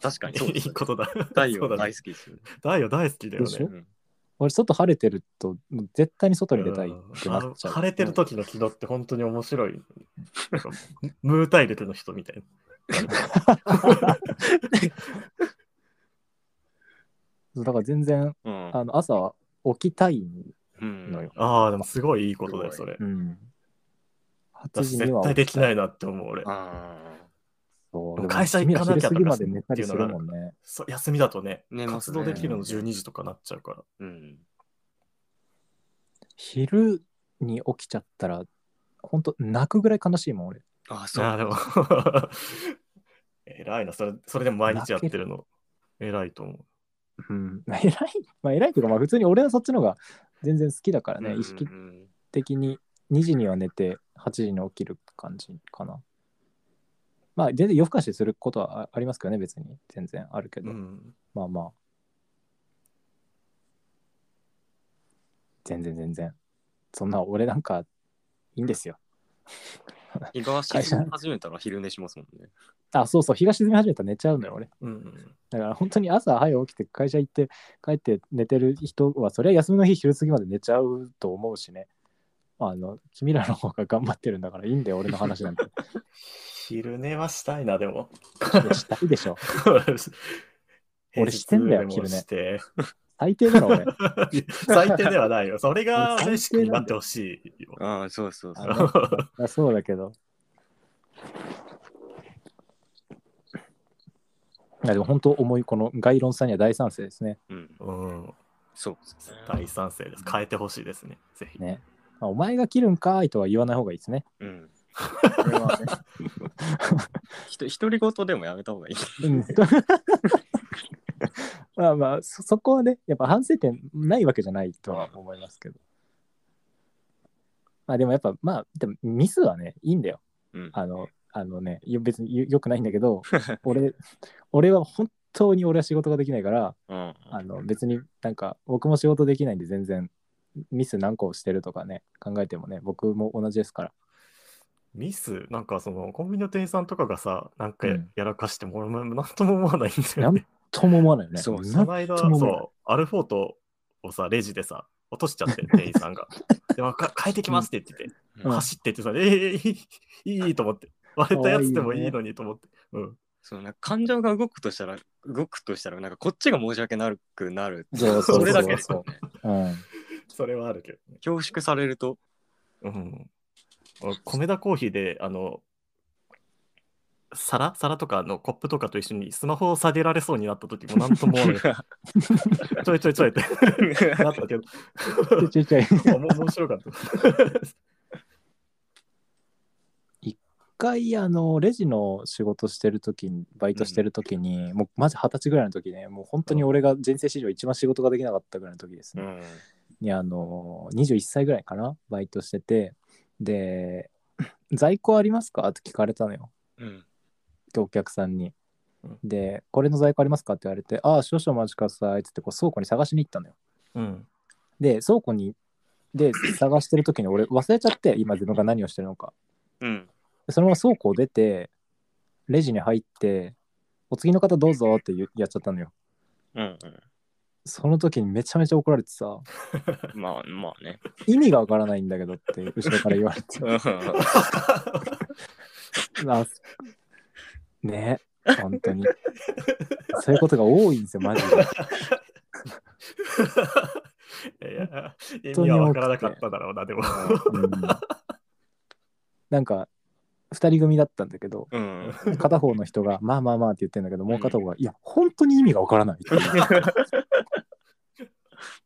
[SPEAKER 2] 確かにそう
[SPEAKER 1] い
[SPEAKER 2] です
[SPEAKER 1] いことだ <laughs>
[SPEAKER 2] 太陽
[SPEAKER 1] そうだ
[SPEAKER 2] 大
[SPEAKER 1] ね
[SPEAKER 2] 好きですよね。
[SPEAKER 1] 太陽大好きだよね
[SPEAKER 3] でしょ
[SPEAKER 2] うん
[SPEAKER 3] 俺外晴れてるともう絶対に外に出たいっ
[SPEAKER 1] うん
[SPEAKER 3] てなっちゃ
[SPEAKER 1] あ
[SPEAKER 3] う
[SPEAKER 1] の晴れてる時の人って本当に面白いなんかムー体力の人みたいな
[SPEAKER 3] そうだから全然
[SPEAKER 2] うん
[SPEAKER 3] あの朝は起きたい
[SPEAKER 2] うん
[SPEAKER 3] のよ、
[SPEAKER 1] ああでもすごいいいことだよ
[SPEAKER 2] す
[SPEAKER 1] そ
[SPEAKER 2] ご
[SPEAKER 1] れ
[SPEAKER 3] うん、8
[SPEAKER 1] 私
[SPEAKER 3] 時には
[SPEAKER 1] 絶対できないなって思う俺
[SPEAKER 2] ああ。
[SPEAKER 3] そうで
[SPEAKER 1] でも
[SPEAKER 3] も
[SPEAKER 1] 会社行かなき
[SPEAKER 3] 昼
[SPEAKER 1] ゃ
[SPEAKER 3] 過ぎまで寝たりするもんね。
[SPEAKER 1] そう休みだとね
[SPEAKER 2] 寝ます
[SPEAKER 1] 活
[SPEAKER 2] ね
[SPEAKER 1] 動できるの12時とかなっちゃうから
[SPEAKER 2] うん。
[SPEAKER 3] 昼に起きちゃったら、本当泣くぐらい悲しいもん、俺。
[SPEAKER 2] あ、
[SPEAKER 1] い
[SPEAKER 2] そう。
[SPEAKER 1] やでも <laughs> 偉いなそれそれでも毎日やってるの偉いと思う
[SPEAKER 3] うん。まあ、偉い、まあ、偉いというか、まあ、普通に俺はそっちの方が全然好きだからね、
[SPEAKER 2] うん
[SPEAKER 3] 意識的に2時には寝て、8時に起きる感じかな。まあ、全然夜更かしすることはあありますけどね、別に。全然あるけど、
[SPEAKER 1] うん
[SPEAKER 3] まあまあ。全然全然。そんな俺なんかいいんですよ。
[SPEAKER 2] 日が沈み始めたら昼寝しますもんね。
[SPEAKER 3] あ、そうそう、日が沈み始めたら寝ちゃうのよ、俺。
[SPEAKER 1] うん
[SPEAKER 3] だから本当に朝早く起きて会社行って帰って寝てる人はそれは休みの日昼過ぎまで寝ちゃうと思うしねあの君らの方が頑張ってるんだからいいんだよ俺の話なんて
[SPEAKER 1] 昼寝はしたいなでも
[SPEAKER 3] いやしたいでしょ俺してんだよ
[SPEAKER 1] 平日でもして <laughs>
[SPEAKER 3] 最低だろ俺
[SPEAKER 1] 最低ではないよそれが
[SPEAKER 3] 俺最低なんだよ
[SPEAKER 1] 正式になってほしいよ
[SPEAKER 2] ああ、そうそうそ
[SPEAKER 3] あ
[SPEAKER 2] う。
[SPEAKER 3] のあそうだけどいやでも本当重いこの概論さんには大賛成ですね、
[SPEAKER 2] うん。
[SPEAKER 1] うん
[SPEAKER 2] そうですね。
[SPEAKER 1] 大賛成です変えてほしいですねぜひ
[SPEAKER 3] ねまあお前が切るんかーいとは言わない方がいいですね
[SPEAKER 2] うん。これはね
[SPEAKER 3] <laughs>
[SPEAKER 2] ひと独り言でもやめた方がいい。
[SPEAKER 3] <laughs> まあまあそそこはねやっぱ反省点ないわけじゃないとは思いますけどまあでもやっぱまあでもミスはねいいんだよ
[SPEAKER 2] うん。
[SPEAKER 3] あのあのねよ別によよくないんだけど俺俺は本当に俺は仕事ができないから
[SPEAKER 2] うん。
[SPEAKER 3] あの別になんか僕も仕事できないんで全然ミス何個してるとかね考えてもね僕も同じですから
[SPEAKER 1] ミスなんかそのコンビニの店員さんとかがさなんか
[SPEAKER 3] うん
[SPEAKER 1] やらかしても俺もなんとも思わないんだ
[SPEAKER 3] な
[SPEAKER 1] よ
[SPEAKER 3] ん
[SPEAKER 1] ね
[SPEAKER 3] とも思わないよね
[SPEAKER 2] そう
[SPEAKER 1] こ
[SPEAKER 3] な
[SPEAKER 1] の間、
[SPEAKER 3] とも思わない
[SPEAKER 1] そう、アルフォートをさ、レジでさ、落としちゃ
[SPEAKER 3] <laughs>
[SPEAKER 1] って、店員さんが。で、まあ、か変えてきますって言ってて、
[SPEAKER 3] うん
[SPEAKER 1] 走ってってさ、えー、いい、いいと思って、割れたやつでも
[SPEAKER 3] かわいいよね
[SPEAKER 1] いいのにと思って。うん。
[SPEAKER 2] そうなんか感情が動くとしたら動くとしたらなんかこっちが申し訳なくなる
[SPEAKER 3] そうそう
[SPEAKER 1] そう
[SPEAKER 2] れだけですよね
[SPEAKER 3] うん
[SPEAKER 1] それはあるけどね。
[SPEAKER 2] 恐縮されると
[SPEAKER 1] うん。俺米田コーヒーで、あの、皿皿とかあのコップとかと一緒にスマホを下げられそうになった時もなんとも思わない
[SPEAKER 3] <laughs>
[SPEAKER 1] ちょいちょいちょいってなったけど
[SPEAKER 3] ちょいちょいちょい
[SPEAKER 1] おも面白かった。
[SPEAKER 3] 一回あのレジの仕事してる時にバイトしてる時に、もうマジ二十歳ぐらいの時ねもう本当に俺が人生史上一番仕事ができなかったぐらいの時です
[SPEAKER 2] う
[SPEAKER 3] ね、
[SPEAKER 2] ん
[SPEAKER 3] にあの21歳ぐらいかなバイトしててで「在庫ありますか?」って聞かれたのよ
[SPEAKER 2] うん
[SPEAKER 3] お客さんに
[SPEAKER 1] うん。
[SPEAKER 3] で「これの在庫ありますか?」って言われて「ああ少々お待ちください」っつってこう倉庫に探しに行ったのよ
[SPEAKER 1] うん。
[SPEAKER 3] で倉庫にで探してる時に俺忘れちゃって今自分が何をしてるのか
[SPEAKER 2] うん
[SPEAKER 3] でそのまま倉庫を出て、レジに入って、お次の方どうぞって言うやっちゃったのよ。
[SPEAKER 2] うん
[SPEAKER 3] その時にめちゃめちゃ怒られてさ、
[SPEAKER 2] うんまあまあね。
[SPEAKER 3] 意味がわからないんだけどって後ろから言われて <laughs>
[SPEAKER 2] うん
[SPEAKER 3] あね本当に。そういうことが多いんですよ、マジで。
[SPEAKER 1] いや、意
[SPEAKER 3] 当に
[SPEAKER 1] 味は
[SPEAKER 3] 多くて
[SPEAKER 1] 分からなかっただろうな、でも。
[SPEAKER 3] うんなんか2人組だったんだけど <laughs>
[SPEAKER 2] うん。
[SPEAKER 3] 片方の人が「まあまあまあ」って言ってんだけどもう片方が「いや本当に意味がわからない」っていう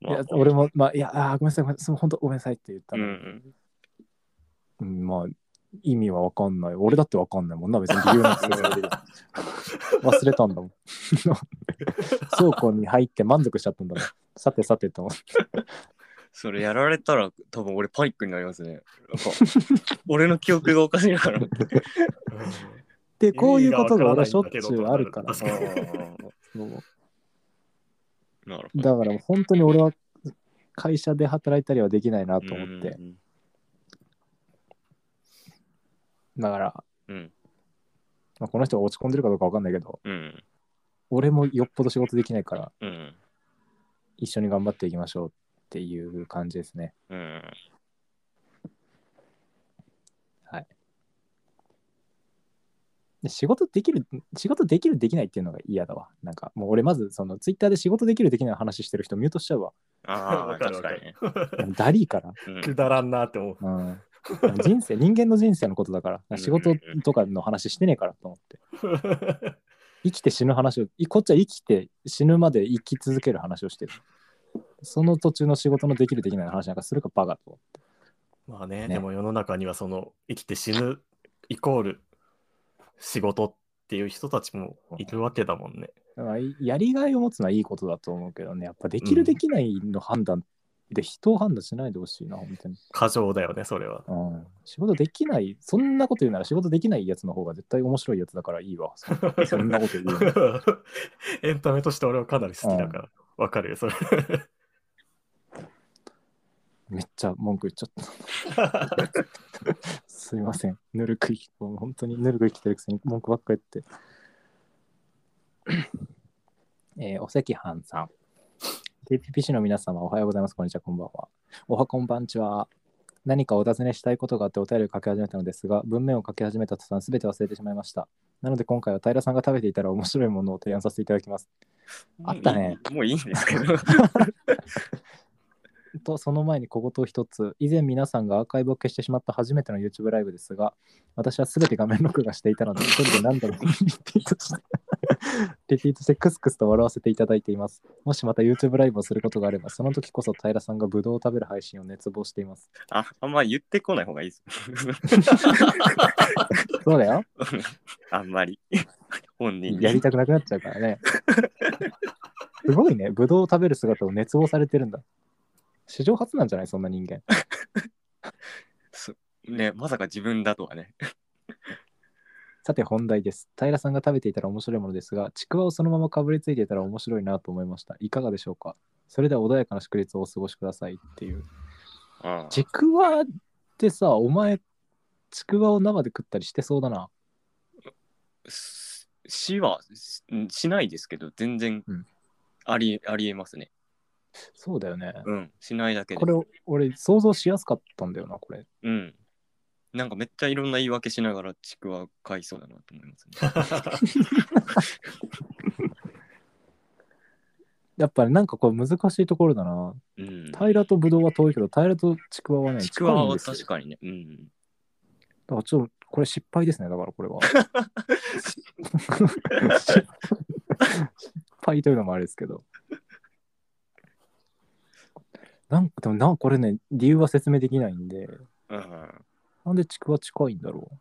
[SPEAKER 3] いや俺も、まあ、いや、あーごめんなさい、ごめんなさい、本当ごめんなさいって言った
[SPEAKER 2] うんう
[SPEAKER 3] の、
[SPEAKER 2] ん。
[SPEAKER 3] うんまあ、意味はわかんない。俺だってわかんないもんな、別に理由なん <laughs> て説明できない忘れたんだもん。 <laughs> 倉庫に入って満足しちゃったんだもん。さてさてと思って。
[SPEAKER 2] それやられたら多分俺パニックになりますね。なんか俺の記憶がおかしいから。
[SPEAKER 3] で、こういうことが俺はしょっち
[SPEAKER 1] 意
[SPEAKER 3] ゅ
[SPEAKER 1] 味
[SPEAKER 3] う
[SPEAKER 1] が
[SPEAKER 3] あ
[SPEAKER 1] わ
[SPEAKER 3] る
[SPEAKER 1] か
[SPEAKER 3] から
[SPEAKER 1] な
[SPEAKER 3] ら
[SPEAKER 1] いんだ
[SPEAKER 3] さ
[SPEAKER 1] けど。
[SPEAKER 3] そう
[SPEAKER 2] なるほど。
[SPEAKER 3] だから本当に俺は会社で働いたりはできないなと思って。
[SPEAKER 2] うん
[SPEAKER 3] だから、
[SPEAKER 2] うん
[SPEAKER 3] まあ、この人が落ち込んでるかどうかわかんないけど、
[SPEAKER 2] うん
[SPEAKER 3] 俺もよっぽど仕事できないから、
[SPEAKER 2] うん
[SPEAKER 3] 一緒に頑張っていきましょうっていう感じですね。
[SPEAKER 2] うん
[SPEAKER 3] で仕事できる仕事できるできないっていうのが嫌だわなんかもう俺まずそのツイッターで仕事できるできない話してる人ミュートしちゃうわ
[SPEAKER 2] ああ、
[SPEAKER 1] <laughs> わかる
[SPEAKER 2] 確
[SPEAKER 1] わ
[SPEAKER 2] かに
[SPEAKER 1] か
[SPEAKER 2] ね
[SPEAKER 1] る。。
[SPEAKER 3] ダリーから、
[SPEAKER 2] うん
[SPEAKER 1] くだらんなって思う。
[SPEAKER 3] うん、人生人間の人生のことだから
[SPEAKER 2] ん
[SPEAKER 3] 仕事とかの話してねえからと思って
[SPEAKER 1] う
[SPEAKER 3] 生きて死ぬ話をいこっちは生きて死ぬまで生き続ける話をしてるその途中の仕事のできるできないの話なんかするかバカと
[SPEAKER 1] <laughs> まあね
[SPEAKER 3] ね
[SPEAKER 1] でも世の中にはその生きて死ぬイコール仕事っていう人たちもいるわけだもんね。
[SPEAKER 3] まあいやりがいを持つのはいいことだと思うけどねやっぱできるできないの判断で人を判断しないでほしいな本当に
[SPEAKER 1] 過剰だよね、それは。
[SPEAKER 3] うん仕事できない、そんなこと言うなら仕事できないやつの方が絶対面白いやつだからいいわ。そそんなこと言うなら
[SPEAKER 1] エンタメとして俺はかなり好きだから、わかるよ、それ。
[SPEAKER 3] めっちゃ文句言っちゃった。すいません。ぬるくい、もう本当にぬるく生きてるくせに文句ばっか言って。えーお赤飯さん。TPPC の皆様、おはようございます。こんにちは、こんばんは。おはこんばんちは。何かお尋ねしたいことがあってお便りを書き始めたのですが、文面を書き始めた途端、すべて忘れてしまいました。なので今回は平さんが食べていたら面白いものを提案させていただきます。あったね。
[SPEAKER 2] もういいもういいんですけど。
[SPEAKER 3] とその前に小言を一つ以前皆さんがアーカイブを消してしまった初めての YouTube ライブですが私は全て画面録画していたので一人で何度もリピートしてリピートしてクスクスと笑わせていただいていますもしまた YouTube ライブをすることがあればその時こそ平さんがブドウを食べる配信を熱望しています
[SPEAKER 2] あ、あんま言ってこない方がいいです。 <laughs>
[SPEAKER 3] そうだよ
[SPEAKER 2] あんまり。本人に。
[SPEAKER 3] やりたくなくなっちゃうからねすごいねブドウを食べる姿を熱望されてるんだ史上初なんじゃないそんな人間
[SPEAKER 2] ね、まさか自分だとはね。
[SPEAKER 3] さて本題です。平さんが食べていたら面白いものですが、ちくわをそのままかぶりついていたら面白いなと思いました。いかがでしょうかそれでは穏やかな祝日をお過ごしくださいっていう。
[SPEAKER 2] あ
[SPEAKER 3] ちくわってさ、お前、ちくわを生で食ったりしてそうだな。
[SPEAKER 2] あししはししないですけど、全然
[SPEAKER 3] うん
[SPEAKER 2] あり,、ありえますね。
[SPEAKER 3] そうだよね。
[SPEAKER 2] うん、しないだけで。
[SPEAKER 3] これ、俺、想像しやすかったんだよな、これ。
[SPEAKER 2] うん。なんかめっちゃいろんな言い訳しながらちくわ買いそうだなと思います
[SPEAKER 3] <laughs>
[SPEAKER 2] ね。
[SPEAKER 3] やっぱりなんかこれ難しいところだな。
[SPEAKER 2] うん、
[SPEAKER 3] 平とぶどうは遠いけど、平とちくわはね、
[SPEAKER 2] ちくわは
[SPEAKER 3] 近いんです
[SPEAKER 2] 確
[SPEAKER 3] よ
[SPEAKER 2] かにね。うん。
[SPEAKER 3] だからちょっと、これ失敗ですね、だからこれは。失敗というのもあれですけど。なんか、でもな、これね、理由は説明できないんで、
[SPEAKER 2] うん、
[SPEAKER 3] なんでちくわ近いんだろう。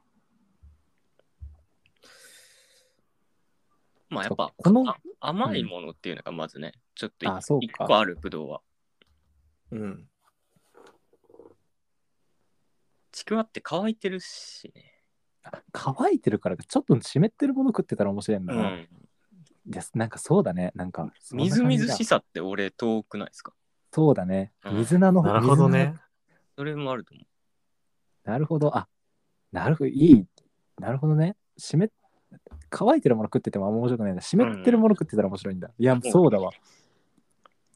[SPEAKER 2] まあやっぱ
[SPEAKER 3] この
[SPEAKER 2] あ甘いものっていうのがまずね、ちょっと
[SPEAKER 3] あそう
[SPEAKER 2] 一
[SPEAKER 3] か
[SPEAKER 2] 一個あるぶどうは。
[SPEAKER 1] うん。
[SPEAKER 2] ちくわって乾いてるしね。
[SPEAKER 3] 乾いてるからか、ちょっと湿ってるもの食ってたら面白いんだ
[SPEAKER 2] う
[SPEAKER 3] な。
[SPEAKER 2] ん。
[SPEAKER 3] ですなんかそうだね、なんか。そんな
[SPEAKER 2] み
[SPEAKER 3] 感じ
[SPEAKER 2] ず
[SPEAKER 3] だ
[SPEAKER 2] みずしさって俺遠くないですか
[SPEAKER 3] そうだね。
[SPEAKER 2] うん
[SPEAKER 3] 水菜の
[SPEAKER 1] なるほど
[SPEAKER 3] 水菜
[SPEAKER 1] ね
[SPEAKER 3] の。
[SPEAKER 2] それもあると思
[SPEAKER 3] なるほど。あ、なるほど。いい。なるほどね。湿っ乾いてるもの食っててもあんま面白くないんだ。湿ってるもの食ってたら面白いんだ。いや、
[SPEAKER 2] うん
[SPEAKER 3] そうだわ。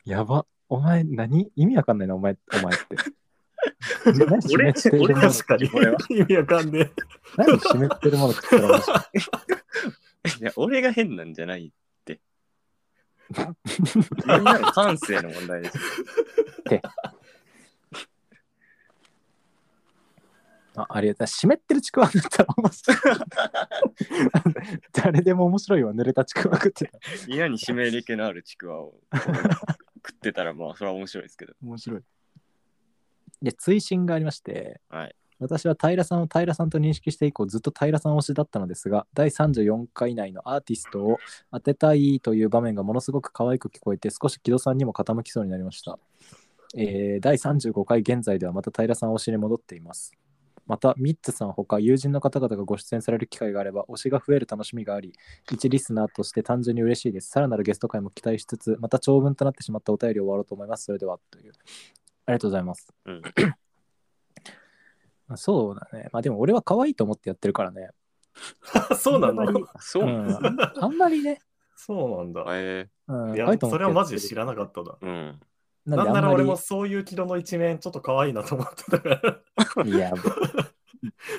[SPEAKER 3] やば。お前何、意味わかんないな、お前、お前って。
[SPEAKER 2] <laughs>
[SPEAKER 3] 何湿
[SPEAKER 2] 俺
[SPEAKER 3] ってるも
[SPEAKER 2] 俺
[SPEAKER 3] の
[SPEAKER 2] は
[SPEAKER 1] 確かに
[SPEAKER 2] これは。
[SPEAKER 1] 意味わかんね
[SPEAKER 3] 何湿ってるもの食ってたら面白い
[SPEAKER 2] <laughs> 。
[SPEAKER 3] う
[SPEAKER 2] いや、俺が変なんじゃないって。 <laughs> みんなの感性の問題です。
[SPEAKER 3] あありがたい。湿ってるちくわだったら
[SPEAKER 2] <laughs>
[SPEAKER 3] 面白い。誰でも面白いわ、濡れたちくわ食ってたら。
[SPEAKER 2] 嫌に湿り気のあるちくわを食ってたら、まあ、それは面白いですけど。
[SPEAKER 3] 面白い。で、追伸がありまして、
[SPEAKER 2] はい
[SPEAKER 3] 私は平さんを平さんと認識して以降、ずっと平さん推しだったのですが、第34回以内のアーティストを当てたいという場面がものすごく可愛く聞こえて、少し木戸さんにも傾きそうになりました。えー第35回現在ではまた平さん推しに戻っています。また、ミッツさんほか友人の方々がご出演される機会があれば、推しが増える楽しみがあり、一リスナーとして単純に嬉しいです。さらなるゲスト会も期待しつつ、また長文となってしまったお便りを終わろうと思います。それでは、という。ありがとうございます。
[SPEAKER 2] うん
[SPEAKER 3] まあそうだね。まあでも俺は可愛いと思ってやってるからね。
[SPEAKER 1] そうなの
[SPEAKER 3] あんまり
[SPEAKER 2] そう
[SPEAKER 3] う
[SPEAKER 2] なん
[SPEAKER 3] ん、あんまりね。
[SPEAKER 1] そうなんだ。
[SPEAKER 2] え
[SPEAKER 3] うん、
[SPEAKER 1] いや
[SPEAKER 3] 可愛いと思
[SPEAKER 1] そ
[SPEAKER 3] ってやって
[SPEAKER 1] れは
[SPEAKER 3] る
[SPEAKER 1] マジで知らなかったな。
[SPEAKER 2] ーうん。
[SPEAKER 1] な
[SPEAKER 3] なんん
[SPEAKER 1] なら俺も
[SPEAKER 3] も。
[SPEAKER 1] そういう軌道の一面ちょっと可愛いなと思ってたから。
[SPEAKER 3] い
[SPEAKER 1] <laughs>
[SPEAKER 3] や、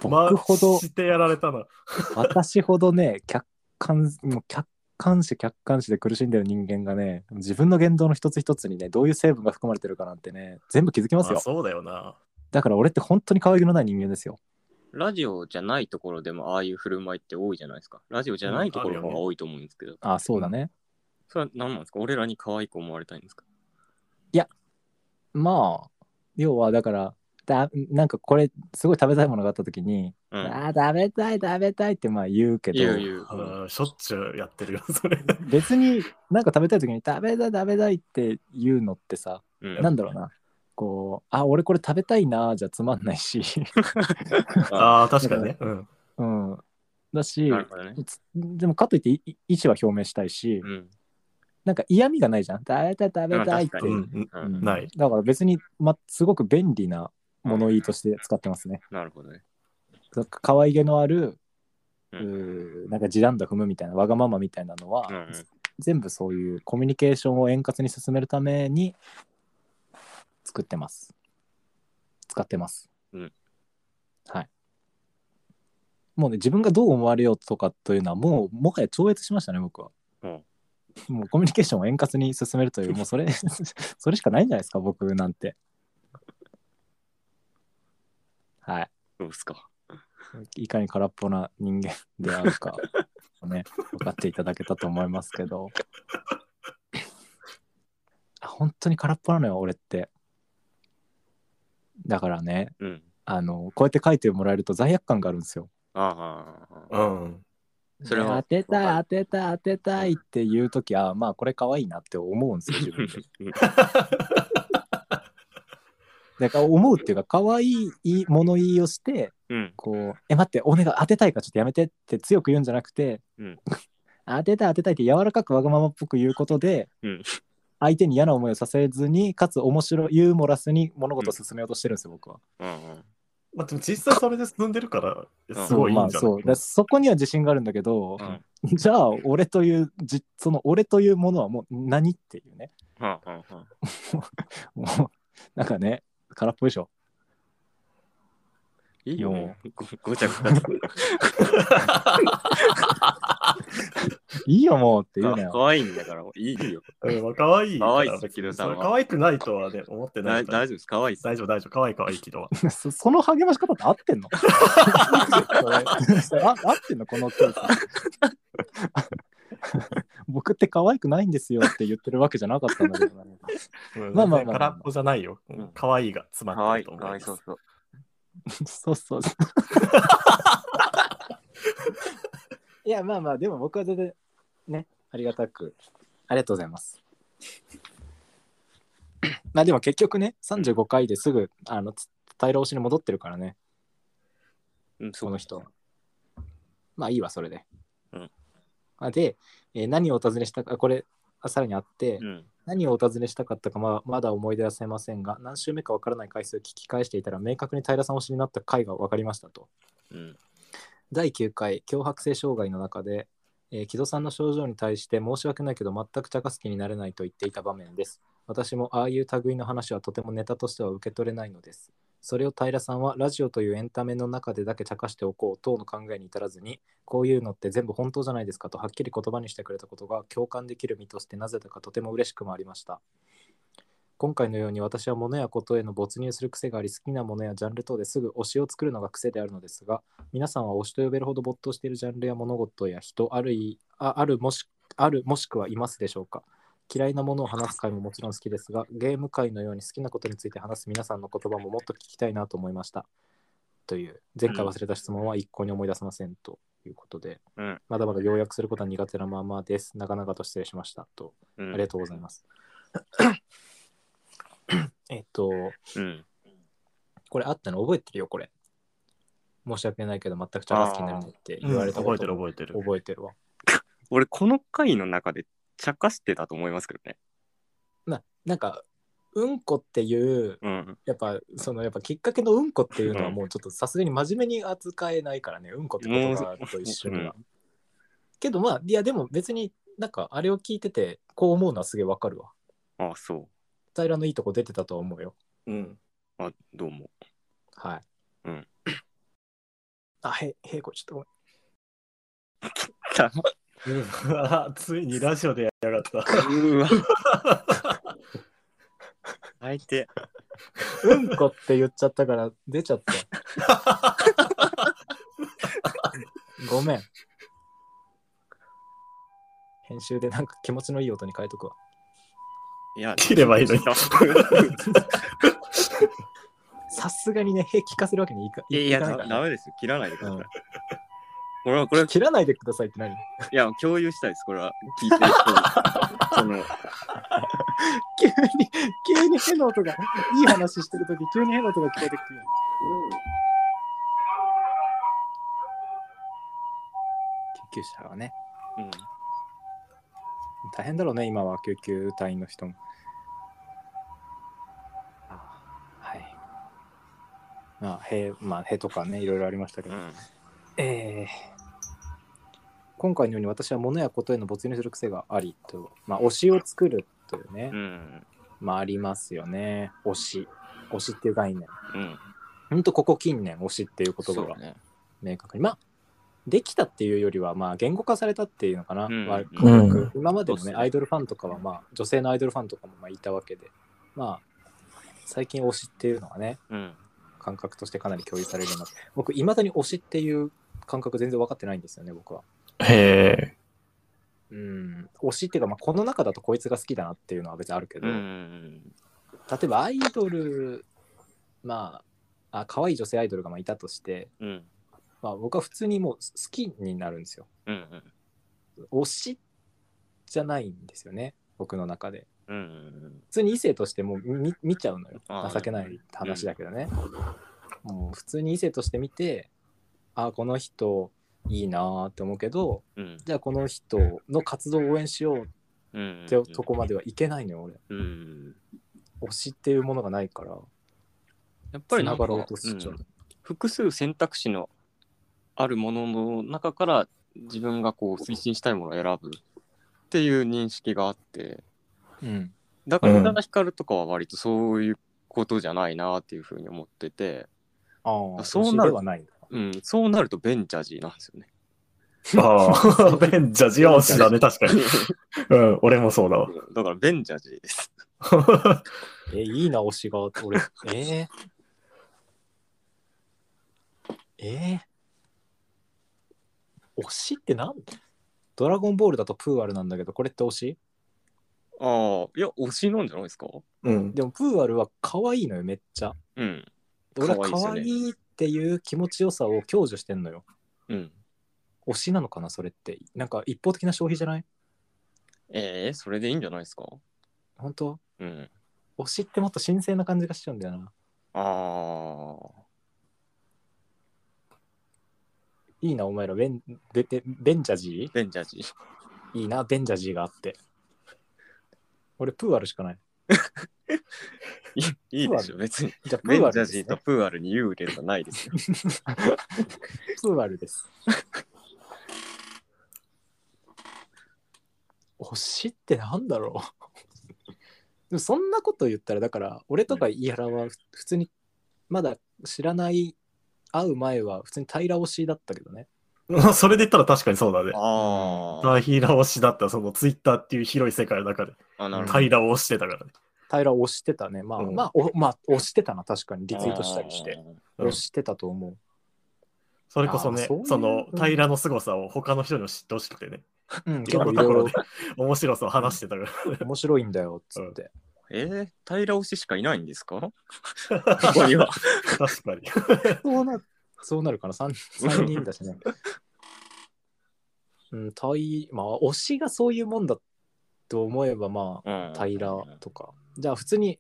[SPEAKER 1] ま
[SPEAKER 3] <laughs> 僕ほど、
[SPEAKER 1] してやられたな。
[SPEAKER 3] 私ほどね、客観、もう客観視、客観視で苦しんでる人間がね、自分の言動の一つ一つにね、どういう成分が含まれてるかなんてね、全部気づきます
[SPEAKER 1] まあ
[SPEAKER 3] よ。
[SPEAKER 1] そうだよな。
[SPEAKER 3] だから俺って本当に可愛げのない人間ですよ。
[SPEAKER 2] ラジオじゃないところでもああいう振る舞いって多いじゃないですか。ラジオじゃないところの方が多いと思うんですけど、
[SPEAKER 3] ああ、そうだね。
[SPEAKER 2] それは何なんですか俺らに可愛く思われたいんですか
[SPEAKER 3] まあ、要はだから、だなんかこれ、すごい食べたいものがあった時に、
[SPEAKER 2] うん。
[SPEAKER 3] ああ、食べたい、食べたいってまあ言うけど、
[SPEAKER 2] 言う言う。うん
[SPEAKER 1] うんしょっちゅうやってるよ、
[SPEAKER 3] <laughs>
[SPEAKER 1] それ。
[SPEAKER 3] 別になんか食べたい時に食べたい食べたいって言うのってさ、
[SPEAKER 2] うん
[SPEAKER 3] なんだろうなこうあ俺これ食べたいなじゃつまんないし、 <laughs>
[SPEAKER 2] あ
[SPEAKER 1] ああ、確かにね。うん。
[SPEAKER 3] うん、だし
[SPEAKER 2] ーなるほどね。
[SPEAKER 3] つでもかといっていい意思は表明したいし、
[SPEAKER 2] うん。
[SPEAKER 3] なんか嫌味がないじゃん食べたい食べたいって、
[SPEAKER 2] う
[SPEAKER 1] うんん
[SPEAKER 2] う
[SPEAKER 3] うんん
[SPEAKER 1] ない
[SPEAKER 3] だから別に、ま、すごく便利な物言いとして使ってますね、
[SPEAKER 2] なるほどね。
[SPEAKER 3] なんか可愛げのある
[SPEAKER 2] う
[SPEAKER 3] う
[SPEAKER 2] ん
[SPEAKER 3] ーなんか時短だ踏むみたいなわがままみたいなのは、
[SPEAKER 2] うんうん
[SPEAKER 3] 全部そういうコミュニケーションを円滑に進めるために作ってます使ってます
[SPEAKER 2] うん
[SPEAKER 3] はいもうね自分がどう思われようとかというのはもうもはや超越しましたね僕は、
[SPEAKER 2] うん
[SPEAKER 3] もうコミュニケーションを円滑に進めるというもうそれ
[SPEAKER 2] <laughs>
[SPEAKER 3] それしかないんじゃないですか僕なんてはい
[SPEAKER 2] どうですか
[SPEAKER 3] いかに空っぽな人間であるか
[SPEAKER 2] <laughs>
[SPEAKER 3] をね分かっていただけたと思いますけどあ本当に空っぽなのよ俺ってだからね
[SPEAKER 2] うん。
[SPEAKER 3] あのこうやって書いてもらえると罪悪感があるんですよ
[SPEAKER 2] ああ。
[SPEAKER 1] うん。
[SPEAKER 2] それは
[SPEAKER 3] 当て
[SPEAKER 2] わか
[SPEAKER 3] た
[SPEAKER 2] る
[SPEAKER 3] い当てたい当てたいっていう時あまあこれ可愛いなって思うんですよ自分で
[SPEAKER 2] <laughs>
[SPEAKER 3] だから思うっていうか可愛い物言いをして
[SPEAKER 2] うん。
[SPEAKER 3] こう、え、待って、お願い、当てたいからちょっとやめてって強く言うんじゃなくて、
[SPEAKER 2] うん
[SPEAKER 3] <laughs> 当てたい当てたいって柔らかくわがままっぽく言うことで、
[SPEAKER 2] うん
[SPEAKER 3] 相手に嫌な思いをさせずに、かつ面白い、ユーモラスに物事を進めようとしてるんですよ、僕は。
[SPEAKER 2] うんうん。
[SPEAKER 1] まあでも実際それで進んでるから、すごいいい
[SPEAKER 3] まあ
[SPEAKER 1] んじゃ
[SPEAKER 3] そう。だか
[SPEAKER 1] な
[SPEAKER 3] ら
[SPEAKER 1] い
[SPEAKER 3] そこには自信があるんだけ
[SPEAKER 2] う
[SPEAKER 3] ど、
[SPEAKER 2] ん
[SPEAKER 3] <laughs> じゃあ、俺というじ、その俺というものはもう何っていうね。
[SPEAKER 2] はあはあはあ
[SPEAKER 3] もう、なんかね、空っぽでしょ。
[SPEAKER 2] いい
[SPEAKER 3] よ
[SPEAKER 2] よ。ごごちゃごちゃ。
[SPEAKER 3] いいよ、もうって言うなよ。
[SPEAKER 2] 可愛いんだから、いいよ。
[SPEAKER 1] うんまあ可愛いから。
[SPEAKER 2] 可愛いです木戸さんは
[SPEAKER 1] それ可愛くないとはね、思ってな
[SPEAKER 2] だ
[SPEAKER 1] い
[SPEAKER 2] 大
[SPEAKER 1] から。
[SPEAKER 2] 丈夫です。可愛いです。
[SPEAKER 1] 大丈夫、大丈夫。可愛い可愛い木戸は。
[SPEAKER 3] <laughs> そその励まし方って合ってんのそれそ <laughs> れあ合ってんのこの教育 <laughs> 僕って可愛くないんですよって言ってるわけじゃなかったんだけどな、
[SPEAKER 1] うん
[SPEAKER 3] まあまあまあ
[SPEAKER 1] 全然空っぽじゃないよ。うん可愛いが詰
[SPEAKER 2] 可
[SPEAKER 1] まっ
[SPEAKER 2] 愛い。
[SPEAKER 1] てると思
[SPEAKER 2] 可
[SPEAKER 1] い
[SPEAKER 2] 愛い
[SPEAKER 1] ます
[SPEAKER 2] そう。そう。
[SPEAKER 3] <laughs> そうそう <laughs> いやまあまあでも僕は全然ねありがたくありがとうございます <coughs> まあでも結局ね35回ですぐあのつ平推しに戻ってるからね
[SPEAKER 2] うん、そう
[SPEAKER 3] この
[SPEAKER 2] だ
[SPEAKER 3] 人は。まあいいわ、それで。
[SPEAKER 2] うん
[SPEAKER 3] あで、えー何をお尋ねしたか、これ、あさらにあって、
[SPEAKER 2] うん。
[SPEAKER 3] 何をお尋ねしたかったかまあまだ思い出せませんが、何週目かわからない回数聞き返していたら、明確に平さん推しになった回が分かりましたと。
[SPEAKER 2] うん。
[SPEAKER 3] 第9回強迫性障害の中で、えー木戸さんの症状に対して申し訳ないけど全く茶化す気になれないと言っていた場面です私もああいう類の話はとてもネタとしては受け取れないのですそれを平さんはラジオというエンタメの中でだけ茶化しておこう等の考えに至らずにこういうのって全部本当じゃないですかとはっきり言葉にしてくれたことが共感できる身としてなぜだかとても嬉しくもありました今回のように私は物やことへの没入する癖があり好きなものやジャンル等ですぐ推しを作るのが癖であるのですが皆さんは推しと呼べるほど没頭しているジャンルや物事や人あるいああるもしあるもしくはいますでしょうか嫌いなものを話す会ももちろん好きですがゲーム会のように好きなことについて話す皆さんの言葉ももっと聞きたいなと思いましたという前回忘れた質問は一向に思い出せませんということで、
[SPEAKER 2] うん
[SPEAKER 3] まだまだ要約することは苦手なままです長々と失礼しましたと
[SPEAKER 2] うん
[SPEAKER 3] ありがとうございます。 <coughs> えっと、
[SPEAKER 2] うん。
[SPEAKER 3] これあったの覚えてるよ、これ。申し訳ないけど、全くチャラ好きになるねって言われた
[SPEAKER 1] 覚
[SPEAKER 3] こ
[SPEAKER 1] えて
[SPEAKER 3] と
[SPEAKER 1] る
[SPEAKER 3] 覚
[SPEAKER 1] 覚えてる。
[SPEAKER 3] えてるわ。
[SPEAKER 2] 俺、この回の中で、茶化してたと思いますけどね。
[SPEAKER 3] ななんか、うんこっていう、
[SPEAKER 2] うん。
[SPEAKER 3] やっぱ、その、やっぱきっかけのうんこっていうのは、もうちょっとさすがに真面目に扱えないからね、うんこって言葉と一緒には。けどまあ、いや、でも別になんか、あれを聞いてて、こう思うのはすげえわかるわ。
[SPEAKER 2] あ、そ
[SPEAKER 3] 平のいいとこ出てたと思うよ。
[SPEAKER 1] うん。
[SPEAKER 2] う。あ、どうも。
[SPEAKER 3] はい。
[SPEAKER 2] うん。
[SPEAKER 3] あ、へ、へいこ、ちょっとごめん。
[SPEAKER 1] あ <laughs> ついにラジオでやりやがっ
[SPEAKER 2] うわ、
[SPEAKER 1] た。
[SPEAKER 2] 相手。
[SPEAKER 3] うんこって言っちゃったから出ちゃ <laughs> った。ごめん。編集でなんか気持ちのいい音に変えとくわ。
[SPEAKER 2] いや、
[SPEAKER 1] 切ればいいのに
[SPEAKER 3] さすがにね、へ聞かせるわけにいか
[SPEAKER 2] いやいや、
[SPEAKER 3] かな
[SPEAKER 2] だ
[SPEAKER 3] から
[SPEAKER 2] ダメですよ。切らないでください。
[SPEAKER 3] うん
[SPEAKER 2] これは、これは、
[SPEAKER 3] 切らないでくださいって何
[SPEAKER 2] いや、共有したいです。これは、聞いてる人
[SPEAKER 3] <laughs>
[SPEAKER 2] にその、
[SPEAKER 3] 急に、急に変な音が、いい話してるとき、急に変な音が聞こえてくる。救急車はね、
[SPEAKER 2] うん。
[SPEAKER 3] 大変だろうね、今は救急隊員の人も。あはい。まあ、へ、まあ、へとかね、いろいろありましたけど。
[SPEAKER 2] うん
[SPEAKER 3] えー今回のように私は物やことへの没入する癖がありと、まあ、推しを作るというね、
[SPEAKER 2] うん。
[SPEAKER 3] まあありますよね推し推しっていう概念
[SPEAKER 2] うん。
[SPEAKER 3] ほんとここ近年推しっていう言葉
[SPEAKER 2] そ
[SPEAKER 3] が
[SPEAKER 2] うね。
[SPEAKER 3] 明確に、まあできたっていうよりはまあ言語化されたっていうのかな、
[SPEAKER 2] うん
[SPEAKER 3] わ
[SPEAKER 1] うん
[SPEAKER 3] 軽く今までの
[SPEAKER 2] そうっす
[SPEAKER 3] ね
[SPEAKER 2] ね
[SPEAKER 3] アイドルファンとかはまあ女性のアイドルファンとかもまあいたわけでまあ最近推しっていうのがね
[SPEAKER 2] うん。
[SPEAKER 3] 感覚としてかなり共有されるようになって僕いまだに推しっていう感覚全然分かってないんですよね僕は
[SPEAKER 1] へえ。
[SPEAKER 3] うん、推しっていうか、まあ、この中だとこいつが好きだなっていうのは別にあるけ
[SPEAKER 2] う
[SPEAKER 3] ど、
[SPEAKER 2] ん。
[SPEAKER 3] 例えばアイドルまああ可愛い女性アイドルがまあいたとして、
[SPEAKER 2] うん。
[SPEAKER 3] まあ、僕は普通にもう好きになるんですよ
[SPEAKER 2] うん。
[SPEAKER 3] 推しじゃないんですよね僕の中で
[SPEAKER 2] うん。
[SPEAKER 3] 普通に異性としてもう見見ちゃうのよ
[SPEAKER 2] あー
[SPEAKER 3] 情けない話だけどね、もう普通に異性として見てあーこの人いいなーって思うけど
[SPEAKER 2] うん。
[SPEAKER 3] じゃあこの人の活動を応援しよう
[SPEAKER 2] うん。
[SPEAKER 3] ってとこまではいけないのよ俺
[SPEAKER 2] うん。
[SPEAKER 3] 推しっていうものがないから、
[SPEAKER 2] やっぱ
[SPEAKER 3] つ
[SPEAKER 2] りな
[SPEAKER 3] なん
[SPEAKER 2] か
[SPEAKER 3] がろうとしちゃう
[SPEAKER 2] うん。複数選択肢のあるものの中から自分がこう推進したいものを選ぶっていう認識があって
[SPEAKER 3] うん。
[SPEAKER 2] だから
[SPEAKER 1] うん
[SPEAKER 2] 宇多田ヒカルとかは割とそういうことじゃないなっていうふうに思ってて、
[SPEAKER 3] ああ、
[SPEAKER 2] そうなる
[SPEAKER 3] 推しではない。
[SPEAKER 2] うん、そうなるとベンチャージーなんですよね。
[SPEAKER 1] ああ、ベンジャジア推しだね、確かに。うん、俺もそうだわ。
[SPEAKER 2] <laughs> だからベンチャージーです。
[SPEAKER 3] え、いいな、推しが、俺。えー、えー、推しってなんドラゴンボールだとプーアルなんだけど、これって推し
[SPEAKER 2] ああいや推しなんじゃないですか
[SPEAKER 1] うん。
[SPEAKER 3] でも、プーアルは可愛いのよ、めっちゃ。
[SPEAKER 2] うん
[SPEAKER 3] 俺は
[SPEAKER 2] 可愛いです
[SPEAKER 3] 可
[SPEAKER 2] よね
[SPEAKER 3] 愛いっていう気持ちよさを享受してんのよ。
[SPEAKER 2] うん。
[SPEAKER 3] 推しなのかな、それって。なんか、一方的な消費じゃない
[SPEAKER 2] ええそれでいいんじゃないですか
[SPEAKER 3] 本当
[SPEAKER 2] うん。
[SPEAKER 3] 推しってもっと神聖な感じがしちゃうんだよな。
[SPEAKER 2] ああ。
[SPEAKER 3] いいな、お前ら、ベン、ベテベンジャジー
[SPEAKER 2] ベンチャージー。
[SPEAKER 3] いいな、ベンジャジーがあって。俺、プーアルしかない。
[SPEAKER 2] い <laughs> いいいですよ、別に。
[SPEAKER 3] じゃあ、プ
[SPEAKER 2] ベン
[SPEAKER 3] ー
[SPEAKER 2] チャー
[SPEAKER 3] アルで
[SPEAKER 2] ジー
[SPEAKER 3] す、
[SPEAKER 2] と
[SPEAKER 3] ね。
[SPEAKER 2] プーアルに優劣はないです
[SPEAKER 3] <laughs>
[SPEAKER 2] よ。
[SPEAKER 3] プーアルです。推しってなんだろう <laughs> でもそんなこと言ったら、だから、俺とかイハラはふ普通に、まだ知らない、会う前は普通に平推しだったけどね。
[SPEAKER 1] まあそれで言ったら確かにそうだね。
[SPEAKER 2] あ
[SPEAKER 1] タイラ推しだった、そのツイッターっていう広い世界の中で、
[SPEAKER 2] あ。あ、なるほど。
[SPEAKER 1] タイラを推してたからね。
[SPEAKER 3] 平押してたね。まあ、
[SPEAKER 1] うん
[SPEAKER 3] まあ、おまあ、押してたな、確かに。リツイートしたりして。
[SPEAKER 1] うん
[SPEAKER 3] 押してたと思う。
[SPEAKER 1] それこそね、
[SPEAKER 3] あー
[SPEAKER 1] そ
[SPEAKER 3] そういう
[SPEAKER 1] の平の凄さを他の人にも知ってほしくてね、
[SPEAKER 3] うん、
[SPEAKER 1] い
[SPEAKER 3] 結
[SPEAKER 1] ろ
[SPEAKER 3] 構
[SPEAKER 1] ん
[SPEAKER 3] い
[SPEAKER 1] なとこ
[SPEAKER 3] ろ
[SPEAKER 1] ろ
[SPEAKER 3] い
[SPEAKER 1] で面白さを話してたから。 <laughs>
[SPEAKER 3] ろ面白いんだよ、つって。
[SPEAKER 2] えー、平推ししかいないんです
[SPEAKER 3] <laughs>
[SPEAKER 2] かここには。
[SPEAKER 1] 確かに。
[SPEAKER 3] そうなそうなるかな 3, 3人だ
[SPEAKER 2] <laughs>
[SPEAKER 3] しね。うん、対まあ推しがそういうもんだと思えばま
[SPEAKER 2] うん
[SPEAKER 3] あ平とか。じゃあ普通に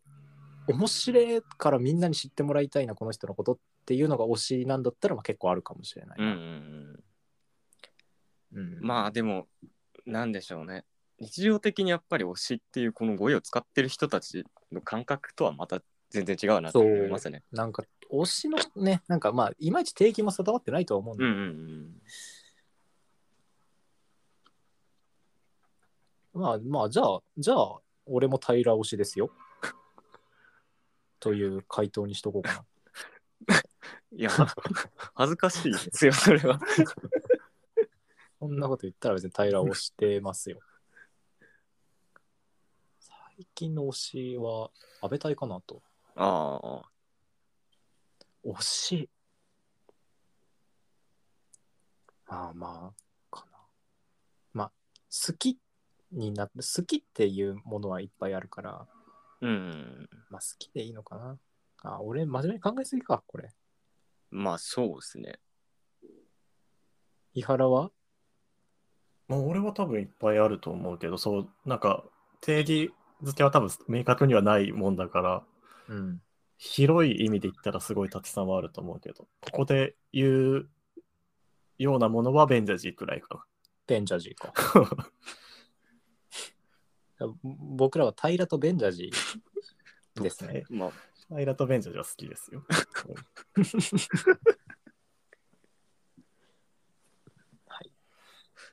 [SPEAKER 3] 面白いからみんなに知ってもらいたいなこの人のことっていうのが推しなんだったらまあ結構あるかもしれない。
[SPEAKER 2] うんうんうん。
[SPEAKER 3] うん
[SPEAKER 2] まあでも、なんでしょうね。日常的にやっぱり推しっていうこの語彙を使ってる人たちの感覚とはまた全然違うなと思いますね。
[SPEAKER 3] なんか推しのねなんかまあいまいち定義も定まってないとは思うん
[SPEAKER 2] う
[SPEAKER 3] だ
[SPEAKER 2] んうんうん。
[SPEAKER 3] まあまあじゃあじゃあ俺も平推しですよ。という回答にしとこうかな。
[SPEAKER 2] いや、恥ずかしいですよ、それは。
[SPEAKER 3] そんなこと言ったら別に平をしてますよ。最近の推しは安倍隊かなと。
[SPEAKER 2] <laughs> ああ。
[SPEAKER 3] 推し。まあまあ、かな。まあ、好きになって、好きっていうものはいっぱいあるから、
[SPEAKER 2] うんうん
[SPEAKER 3] まあ好きでいいのかな。あ、俺真面目に考えすぎか、これ。
[SPEAKER 2] うん。まあそうですね。
[SPEAKER 3] 伊原は
[SPEAKER 1] まあ、俺は多分いっぱいあると思うけど、そう、なんか定義付けは多分明確にはないもんだから、
[SPEAKER 3] うん。
[SPEAKER 1] 広い意味で言ったらすごいたくさんはあると思うけど、ここで言うようなものはベンジャジーくらいか
[SPEAKER 3] ベンジャジー <laughs> か。
[SPEAKER 1] な。
[SPEAKER 3] 僕らは平とベンジャジーですね。
[SPEAKER 2] まあ、
[SPEAKER 1] アイラとベンジャジーは好きですよ。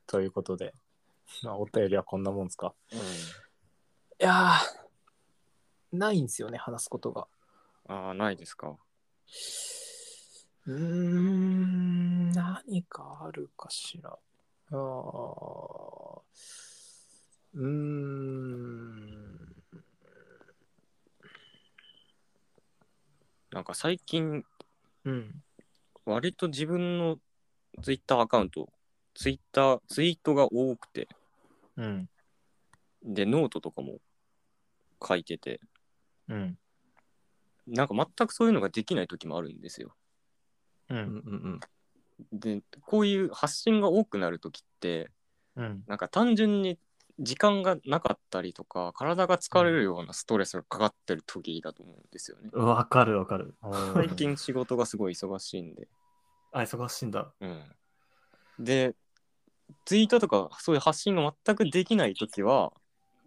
[SPEAKER 3] ということで、まあ、お便りはこんなもんですか
[SPEAKER 2] うん、
[SPEAKER 3] いやーないんですよね話すことが
[SPEAKER 2] ああ、ないですか。
[SPEAKER 3] うーん何かあるかしらあーうーん
[SPEAKER 2] なんか最近、
[SPEAKER 3] うん
[SPEAKER 2] 割と自分のツイッターアカウント、ツイッター、ツイートが多くて、
[SPEAKER 3] うん
[SPEAKER 2] で、ノートとかも書いてて、
[SPEAKER 3] うん
[SPEAKER 2] なんか全くそういうのができない時もあるんですよ。
[SPEAKER 3] う
[SPEAKER 1] うん
[SPEAKER 3] ん
[SPEAKER 1] うん
[SPEAKER 2] で、こういう発信が多くなる時って、
[SPEAKER 3] うん
[SPEAKER 2] なんか単純に時間がなかったりとか、体が疲れるようなストレスがかかってる時だと思うんですよね。
[SPEAKER 1] うん。わかるわかる。
[SPEAKER 2] 最近仕事がすごい忙しいんで。
[SPEAKER 1] あ、忙しいんだ。
[SPEAKER 2] うん、でツイートとかそういう発信が全くできない時は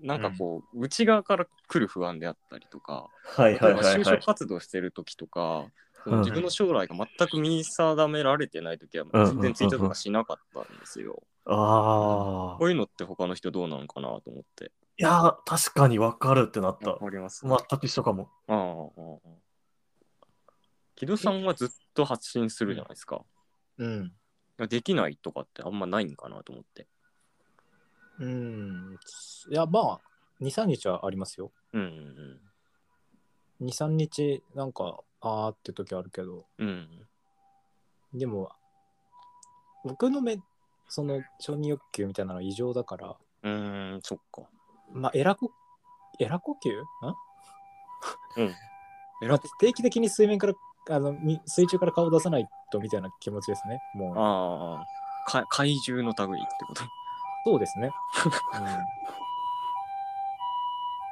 [SPEAKER 2] なんかこう、内側から来る不安であったりとか
[SPEAKER 1] はい
[SPEAKER 2] 例え
[SPEAKER 1] はい
[SPEAKER 2] ば
[SPEAKER 1] はい
[SPEAKER 2] 就
[SPEAKER 1] は
[SPEAKER 2] 職
[SPEAKER 1] い。
[SPEAKER 2] 活動してる時とか、その
[SPEAKER 1] うん
[SPEAKER 2] 自分の将来が全く見定められてない時は
[SPEAKER 1] うん
[SPEAKER 2] 全然ツイートとかしなかったんですよ。
[SPEAKER 1] ああ
[SPEAKER 2] こ。ういうのって他の人どうなのかなと思って。
[SPEAKER 1] いやー、確かにわかるってなった。
[SPEAKER 2] わかります、
[SPEAKER 1] 全く一緒かも。
[SPEAKER 2] ああああああ木戸さんはずっと発信するじゃないですか。
[SPEAKER 3] うん
[SPEAKER 2] できないとかってあんまないんかなと思って。
[SPEAKER 3] うんいやまあ23日はありますよ
[SPEAKER 2] うんうん
[SPEAKER 3] 23日なんかあーって時あるけど
[SPEAKER 2] うん。うん
[SPEAKER 3] でも僕の目その承認欲求みたいなのは異常だから
[SPEAKER 2] うーん、そっか。
[SPEAKER 3] まあエラ呼エラ呼吸ん
[SPEAKER 2] え
[SPEAKER 3] <laughs> まあ定期的に水面からあのみ水中から顔を出さないとみたいな気持ちですねもう
[SPEAKER 2] ああ、か怪獣の類ってこと。
[SPEAKER 3] そうですね、うん、だ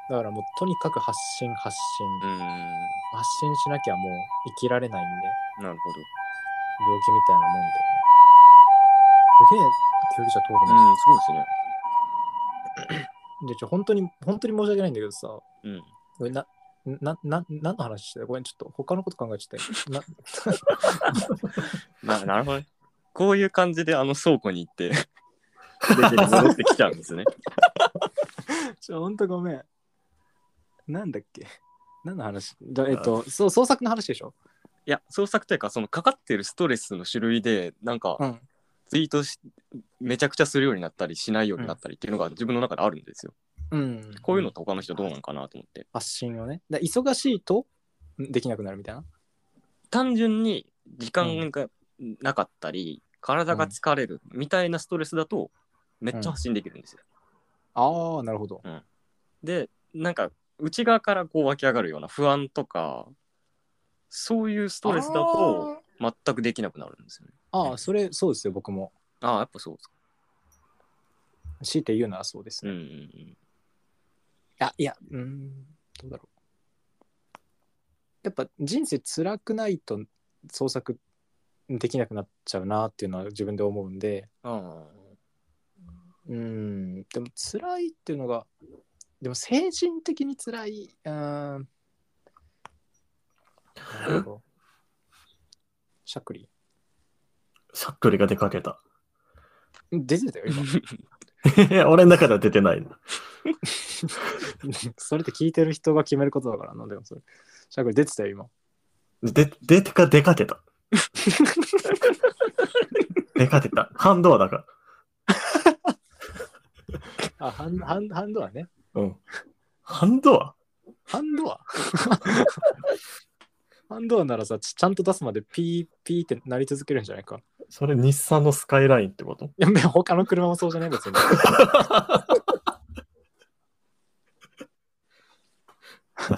[SPEAKER 3] からもうとにかく発信発信
[SPEAKER 2] うーん、
[SPEAKER 3] 発信しなきゃもう生きられないんで
[SPEAKER 2] なるほど。
[SPEAKER 3] 病気みたいなもんですげえ救急車通る
[SPEAKER 2] う
[SPEAKER 3] な、
[SPEAKER 2] ん、そうですね。
[SPEAKER 3] でちょ本当に本当に申し訳ないんだけどさ
[SPEAKER 2] うん。
[SPEAKER 3] これな、な、な、何の話してたごめん、ちょっと他のこと考えちゃった。な
[SPEAKER 2] ななるほどね。こういう感じであの倉庫に行って、で戻ってきちゃうんですね。
[SPEAKER 3] <laughs> ちょ、ほんとごめん。なんだっけ何の話だえっと、そう、創作の話でしょ
[SPEAKER 2] いや、創作というか、そのかかってるストレスの種類で、なんか、
[SPEAKER 3] ん。
[SPEAKER 2] ツイートし、めちゃくちゃするようになったり、しないようになったりっていうのが自分の中であるんですよ。
[SPEAKER 3] うん、
[SPEAKER 2] こういうのって他の人どうなんかなと思って。
[SPEAKER 3] 発信をね。だ忙しいとんできなくなるみたいな。
[SPEAKER 2] 単純に時間がなかったり、体が疲れるみたいなストレスだと、めっちゃ発信できるんですよ。
[SPEAKER 3] ああ、なるほど。
[SPEAKER 2] で、なんか、内側からこう湧き上がるような不安とか、そういうストレスだと、全くできなくなるんですよね。
[SPEAKER 3] ああ、それそうですよ、僕も。
[SPEAKER 2] ああ、やっぱそうですか。
[SPEAKER 3] 強いて言うならそうです
[SPEAKER 2] うん
[SPEAKER 3] ね。
[SPEAKER 2] うんうん。
[SPEAKER 3] あいや、うん、どうだろう。やっぱ人生辛くないと創作できなくなっちゃうなっていうのは自分で思うんで、
[SPEAKER 2] ああ。
[SPEAKER 3] うん、でも辛いっていうのが、でも精神的に辛い、うん、なるほど。しゃっくり
[SPEAKER 1] しゃっくりが出かけた。 <laughs>
[SPEAKER 3] 出てたよ、今。 <laughs>
[SPEAKER 1] 俺の中では出てないな。
[SPEAKER 3] それって聞いてる人が決めることだからな、でもそれ。しゃっくり出てたよ、今。
[SPEAKER 1] で、出てか出かけ <laughs> た。出かけた。半ドアだか
[SPEAKER 3] あ、ハンハンハンドアね。
[SPEAKER 1] ら。うん。半ドア
[SPEAKER 3] ハンドア <laughs> ハンドアならさち、ちゃんと出すまでピーピーってなり続けるんじゃないか。
[SPEAKER 1] それ日産のスカイラインってこと
[SPEAKER 3] いや、でも他の車もそうじゃない別に。
[SPEAKER 1] 確か
[SPEAKER 3] <laughs>
[SPEAKER 1] に。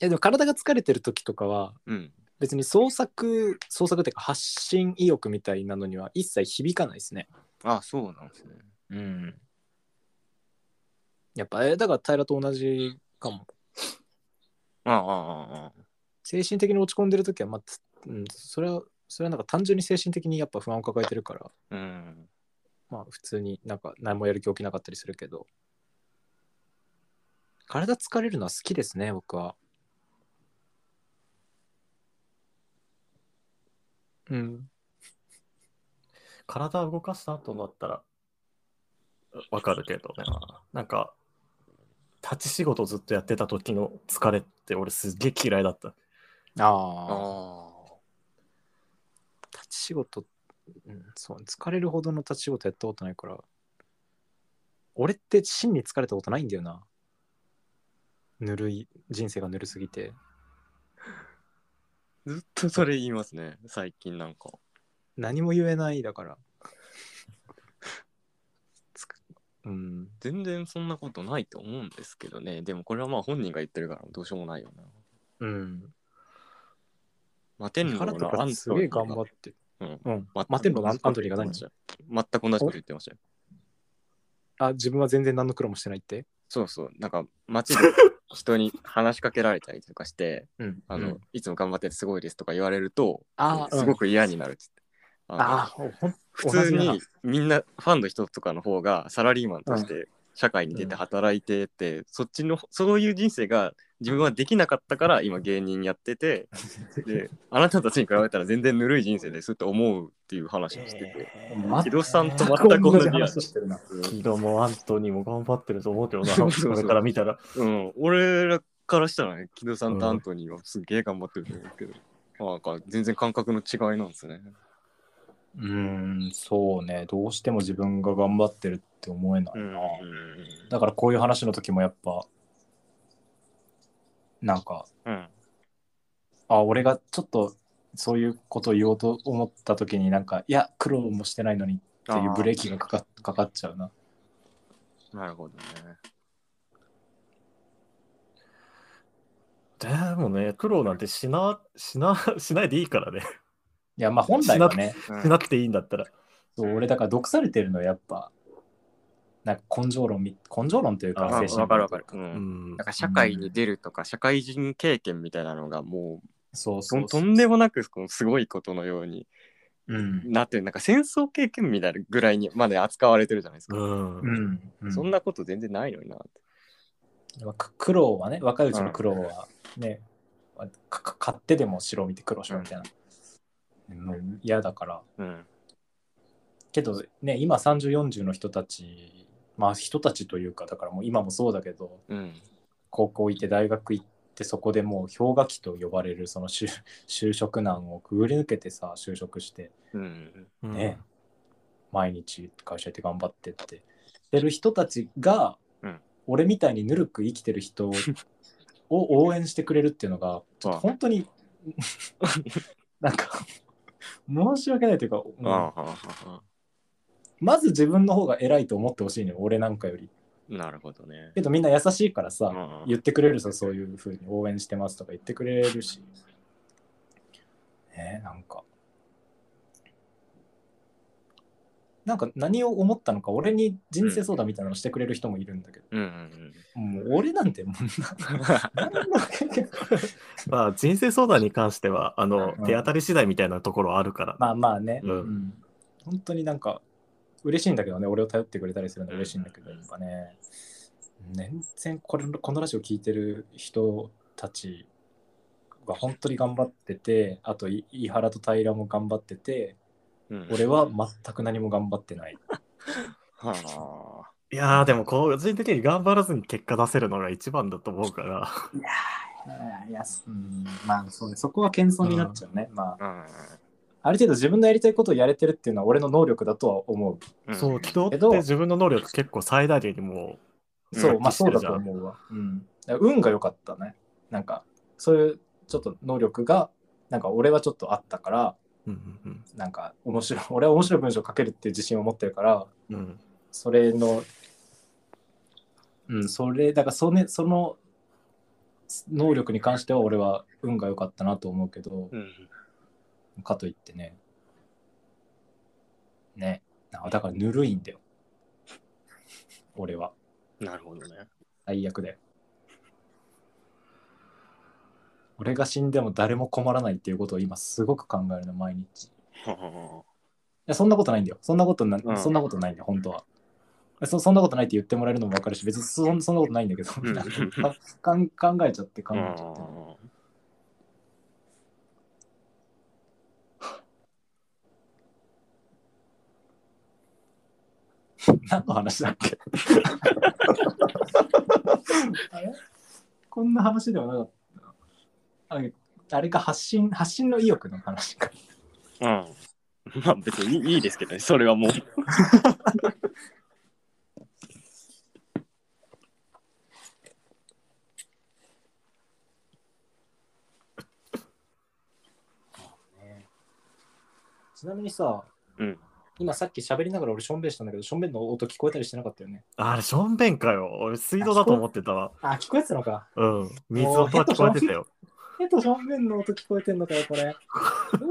[SPEAKER 3] えでも体が疲れてる時とかは、
[SPEAKER 2] うん。
[SPEAKER 3] 別に創作、創作っていうか発信意欲みたいなのには一切響かないですね。
[SPEAKER 2] ああ、そうなんですね。
[SPEAKER 3] うん。やっぱ、えだから平と同じかも。
[SPEAKER 2] ああ、ああ、ああ。
[SPEAKER 3] 精神的に落ち込んでる時は、まあ、つうん、それは、それはなんか単純に精神的にやっぱ不安を抱えてるから、
[SPEAKER 2] うん。
[SPEAKER 3] まあ普通になんか何もやる気起きなかったりするけど体疲れるのは好きですね僕はうん
[SPEAKER 1] 体を動かした後だったらわかるけどね。なんか、立ち仕事ずっとやってた時の疲れって俺すげえ嫌いだった。
[SPEAKER 3] ああ
[SPEAKER 2] ああ。
[SPEAKER 3] 立ち仕事、うん、そう疲れるほどの立ち仕事やったことないから俺って真に疲れたことないんだよなぬるい人生がぬるすぎて
[SPEAKER 2] ずっとそれ言いますね、最近なんか。
[SPEAKER 3] 何も言えないだからつく <laughs> うん
[SPEAKER 2] 全然そんなことないと思うんですけどね。でもこれはまあ本人が言ってるからどうしようもないよな。
[SPEAKER 3] うん
[SPEAKER 2] まあ、天
[SPEAKER 3] カ
[SPEAKER 2] 皇
[SPEAKER 3] ラと
[SPEAKER 2] のア
[SPEAKER 3] か
[SPEAKER 2] ン
[SPEAKER 3] す
[SPEAKER 2] ト
[SPEAKER 3] げ
[SPEAKER 2] ニ
[SPEAKER 3] え
[SPEAKER 2] ーが
[SPEAKER 3] 頑張って。
[SPEAKER 2] うん。
[SPEAKER 3] うん。マテンロのアンアントニーが何
[SPEAKER 2] 全く同じこと言ってましたよ。
[SPEAKER 3] あ、自分は全然何の苦労もしてないって。
[SPEAKER 2] そうそう。なんか街で人に話しかけられたりとかして、
[SPEAKER 3] うん。
[SPEAKER 2] あの、いつも頑張っててすごいですとか言われると、
[SPEAKER 3] あー
[SPEAKER 2] すごく嫌になるっつって。あの
[SPEAKER 3] ああ、ほん
[SPEAKER 2] 普通
[SPEAKER 3] 同じだ
[SPEAKER 2] にみんなファンの人とかの方がサラリーマンとして社会に出て働いてって、そっちのそういう人生が自分はできなかったから今芸人やって
[SPEAKER 3] <laughs>
[SPEAKER 2] てであなたたちに比べたら全然ぬるい人生ですって思うっていう話をしてて、
[SPEAKER 1] マ
[SPEAKER 2] 木戸さんと全
[SPEAKER 3] 全
[SPEAKER 2] く同
[SPEAKER 3] く
[SPEAKER 2] じ
[SPEAKER 3] 同じ
[SPEAKER 2] や
[SPEAKER 3] 話してるな。
[SPEAKER 1] キドもアントニーも頑張ってると思うけどな、
[SPEAKER 2] そうそう
[SPEAKER 1] これから見たら。
[SPEAKER 2] うん、俺らからしたらね木戸さんとアントニーはすげえ頑張ってると思うけど、なんか全然感覚の違いなんですね。
[SPEAKER 3] うーん、そうね。どうしても自分が頑張ってるって思えな
[SPEAKER 2] うん
[SPEAKER 3] だからこういう話の時もやっぱ、なんか、
[SPEAKER 2] うん
[SPEAKER 3] あ、俺がちょっとそういうことを言おうと思った時になんか、いや、苦労もしてないのにっていうブレーキがかかかかっちゃうな。
[SPEAKER 2] なるほどね。
[SPEAKER 1] でもね、苦労なんてしな、しな、しないでいいからね。
[SPEAKER 3] いや、まあ本来はね。
[SPEAKER 2] うん
[SPEAKER 1] しなくていいんだったら。
[SPEAKER 3] そう俺だから毒されてるのやっぱなんか根性論み根性論という
[SPEAKER 2] あ
[SPEAKER 3] か
[SPEAKER 1] あ
[SPEAKER 3] 精
[SPEAKER 2] わ
[SPEAKER 3] 神論
[SPEAKER 2] かるわかる。う
[SPEAKER 1] うんん
[SPEAKER 2] なん。か社会に出るとか、社会人経験みたいなのがもう
[SPEAKER 3] そう
[SPEAKER 2] と
[SPEAKER 3] そ
[SPEAKER 2] ん
[SPEAKER 3] う
[SPEAKER 2] と
[SPEAKER 3] そうん
[SPEAKER 2] でもなくこうすごいことのように
[SPEAKER 3] うん
[SPEAKER 2] なってるなんか戦争経験みたいなぐらいにまで扱われてるじゃないです
[SPEAKER 1] う
[SPEAKER 2] か、
[SPEAKER 1] ん。
[SPEAKER 3] うんうん
[SPEAKER 2] そんなこと全然ないのになって
[SPEAKER 3] まあく苦労はね若いうちの苦労はね、かか買ってでも城を見て苦労しろみたいな、もう嫌だから
[SPEAKER 2] うん
[SPEAKER 3] けどね今3040の人たちまあ人たちというかだからもう今もそうだけど
[SPEAKER 2] うん
[SPEAKER 3] 高校行って大学行ってそこでもう氷河期と呼ばれるその就就職難をくぐり抜けてさ就職して
[SPEAKER 2] うん
[SPEAKER 1] うん
[SPEAKER 3] ね毎日会社行って頑張ってっててる人たちが、
[SPEAKER 2] うん
[SPEAKER 3] 俺みたいにぬるく生きてる人を応援してくれるっていうのが、ちょっと本当に、なんか、申し訳ないというか、
[SPEAKER 2] ああああああ
[SPEAKER 3] まず自分の方が偉いと思ってほしいのよ、俺なんかより。
[SPEAKER 2] なるほどね。
[SPEAKER 3] けどみんな優しいからさ、
[SPEAKER 2] うんうん
[SPEAKER 3] 言ってくれるさ、そういうふうに応援してますとか言ってくれるし。えー、なんか。なんか何を思ったのか、俺に人生相談みたいなのしてくれる人もいるんだけど、
[SPEAKER 2] うんうん
[SPEAKER 3] もう俺なんてもうな何の経験も
[SPEAKER 1] まあ、人生相談に関しては、あの、
[SPEAKER 3] うん
[SPEAKER 1] 手当たり次第みたいなところあるから。
[SPEAKER 3] まあまあね、
[SPEAKER 1] うん
[SPEAKER 3] うん本当になんか嬉しいんだけどね、俺を頼ってくれたりするのは嬉しいんだけど、やっぱね、全然これこのラジオ聞いてる人たちが本当に頑張ってて、あとい飯原と平も頑張ってて、
[SPEAKER 2] うんうん
[SPEAKER 3] 俺は全く何も頑張ってない。
[SPEAKER 2] はあ。
[SPEAKER 1] いやー、でも個人的に頑張らずに結果出せるのが一番だと思うから。
[SPEAKER 3] いや、うん、まあそうね、そこは謙遜になっちゃうね。まあ、
[SPEAKER 2] うん
[SPEAKER 3] ある程度自分のやりたいことをやれてるっていうのは俺の能力だとは思う。
[SPEAKER 2] うん
[SPEAKER 1] そう、人って
[SPEAKER 3] けど
[SPEAKER 1] 自分の能力結構最大限にもう、
[SPEAKER 3] そう、
[SPEAKER 1] ん
[SPEAKER 3] まあそうだと思うわ。うん。だから運が良かったね。なんか、そういうちょっと能力が、なんか俺はちょっとあったから、
[SPEAKER 1] うんうん
[SPEAKER 3] なんか面白い、 <laughs> 俺は面白い文章を書けるっていう自信を持ってるから、
[SPEAKER 1] うんうん
[SPEAKER 3] それの、うん、それ、だからそ,、ね、その能力に関しては俺は運が良かったなと思うけど、
[SPEAKER 2] うん
[SPEAKER 3] かといってね、ね、なんかだからぬるいんだよ。俺は、
[SPEAKER 2] なるほどね。
[SPEAKER 3] 最悪だよ。俺が死んでも誰も困らないっていうことを今すごく考えるの、毎日。
[SPEAKER 2] はあ
[SPEAKER 3] いや、そんなことないんだよ。そんなことな、
[SPEAKER 2] うん
[SPEAKER 3] そんなことないんだよ、本当は。そそんなことないって言ってもらえるのも分かるし、別に
[SPEAKER 2] <laughs>
[SPEAKER 3] そんそんなことないんだけど、
[SPEAKER 2] うん
[SPEAKER 3] なんかかん考えちゃって考
[SPEAKER 2] う
[SPEAKER 3] え
[SPEAKER 2] ん
[SPEAKER 3] ち
[SPEAKER 2] う
[SPEAKER 3] ゃっ
[SPEAKER 2] ん
[SPEAKER 3] て。
[SPEAKER 2] うん
[SPEAKER 3] 何の話だ
[SPEAKER 2] <laughs>
[SPEAKER 3] っけあれこんな話ではなかったな。ああれか発信、発信の意欲の話か。
[SPEAKER 2] うんまあ別にいいいいですけどね、それはもう。 <laughs>
[SPEAKER 3] ちなみにさ、
[SPEAKER 2] うん
[SPEAKER 3] 今さっき喋りながら俺しょんべんしたんだけど、しょんべんの音聞こえたりしてなかったよね。
[SPEAKER 1] あれ、しょんべんかよ。俺、水道だと思ってたわ。
[SPEAKER 3] あ、聞こえてたのか。
[SPEAKER 1] うん。水音は聞こえてたよ。
[SPEAKER 3] 手と正面の音聞こえてんのかよ、これ。ど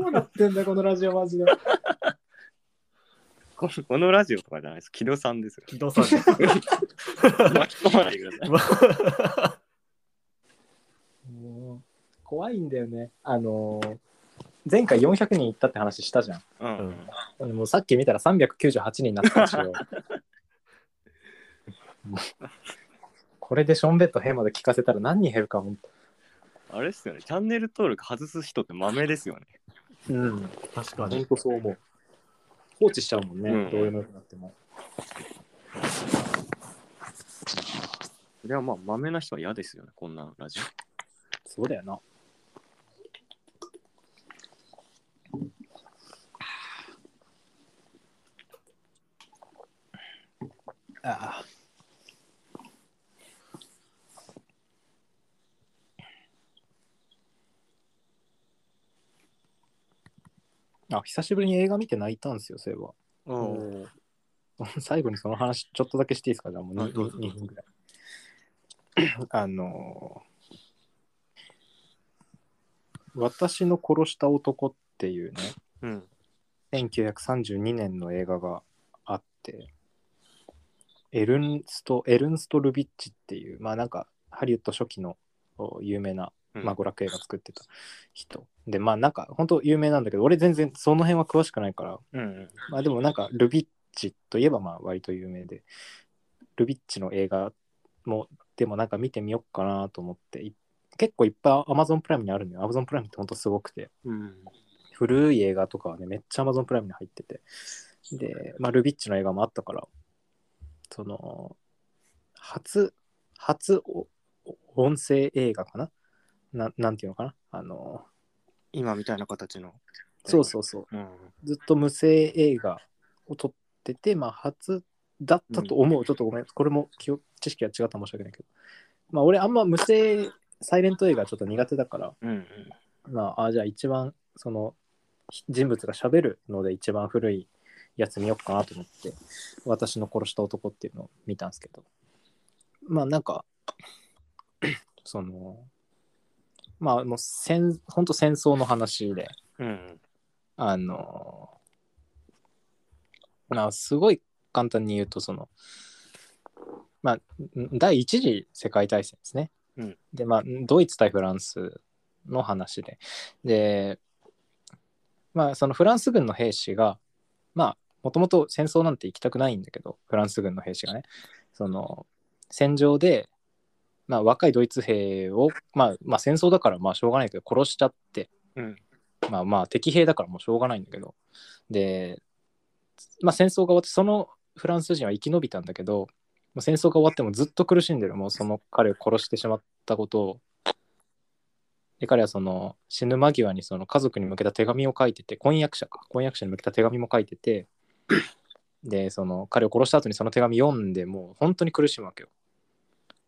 [SPEAKER 3] うなってんだよ、このラジオ、マジで。
[SPEAKER 2] ここのラジオとかじゃないです。木戸さんですよ。
[SPEAKER 1] 木戸さんね。
[SPEAKER 3] <laughs>
[SPEAKER 2] 巻き込まないでください。
[SPEAKER 3] もう怖いんだよね。あのー前回400人行ったって話したじゃん。
[SPEAKER 2] うん
[SPEAKER 1] う
[SPEAKER 2] うんん
[SPEAKER 3] でもさっき見たら398人になったんですよ。もうこれでションベッドヘマで聞かせたら何人減るか、ほんと。
[SPEAKER 2] あれっすよね、チャンネル登録外す人って豆ですよね。
[SPEAKER 3] うん、
[SPEAKER 1] 確か
[SPEAKER 3] ほん
[SPEAKER 1] に。
[SPEAKER 3] とそう思う。放置しちゃうもんね、
[SPEAKER 2] うん
[SPEAKER 3] どうでもよくなっても。
[SPEAKER 2] それはまあ、豆な人は嫌ですよね、こんなラジ
[SPEAKER 3] そうだよな。 <sighs> ああ。あ、久しぶりに映画見て泣いたんですよ、そういえば。
[SPEAKER 2] オ。うん
[SPEAKER 3] <laughs> 最後にその話ちょっとだけしていいですかじゃあもう 2,
[SPEAKER 1] はいどうぞ
[SPEAKER 3] 分ぐらい。 <coughs> あのー私の殺した男」っていうね
[SPEAKER 2] うん。
[SPEAKER 3] 1932年の映画があってエルンスト・エルンストルビッチっていうまあなんかハリウッド初期のお有名な、まあ、娯楽映画作ってた人、でまあなんか本当有名なんだけど俺全然その辺は詳しくないから
[SPEAKER 2] うん。
[SPEAKER 3] まあでもなんかルビッチといえばまあ割と有名でルビッチの映画もでもなんか見てみようかなと思ってい結構いっぱい Amazon プライムにあるのよ Amazon プライムってほんとすごくて
[SPEAKER 2] うん。
[SPEAKER 3] 古い映画とかはねめっちゃ Amazon プライムに入っててで、まあ、ルビッチの映画もあったからその初初おお音声映画かなななんていうのかなあの
[SPEAKER 2] 今みたいな形の。
[SPEAKER 3] そうそうそう
[SPEAKER 2] うん。
[SPEAKER 3] ずっと無声映画を撮ってて、まあ、初だったと思う、ちょっとごめん、これも記憶知識が違ったら申し訳ないけど、まあ、俺、あんま無声、サイレント映画ちょっと苦手だから、
[SPEAKER 2] うんうん
[SPEAKER 3] まあ、あじゃあ一番、その、人物が喋るので一番古いやつ見ようかなと思って、私の殺した男っていうのを見たんですけど、まあ、なんか、その、まあ、もう戦、本当戦争の話で、
[SPEAKER 2] うん
[SPEAKER 3] あのまあすごい簡単に言うとそのまあん第一次世界大戦ですね、
[SPEAKER 2] うん
[SPEAKER 3] でまあんドイツ対フランスの話ででまあそのフランス軍の兵士がまあもともと戦争なんて行きたくないんだけどフランス軍の兵士がねその戦場で、まあ、若いドイツ兵を、まあ、まあ戦争だからまあしょうがないけど殺しちゃって
[SPEAKER 2] うん
[SPEAKER 3] まあまあ敵兵だからもうしょうがないんだけどで、まあ、戦争が終わってそのフランス人は生き延びたんだけどもう戦争が終わってもずっと苦しんでるもうその彼を殺してしまったことをで彼はその死ぬ間際にその家族に向けた手紙を書いてて婚約者か婚約者に向けた手紙も書いててでその彼を殺した後にその手紙読んでもう本当に苦しむわけよ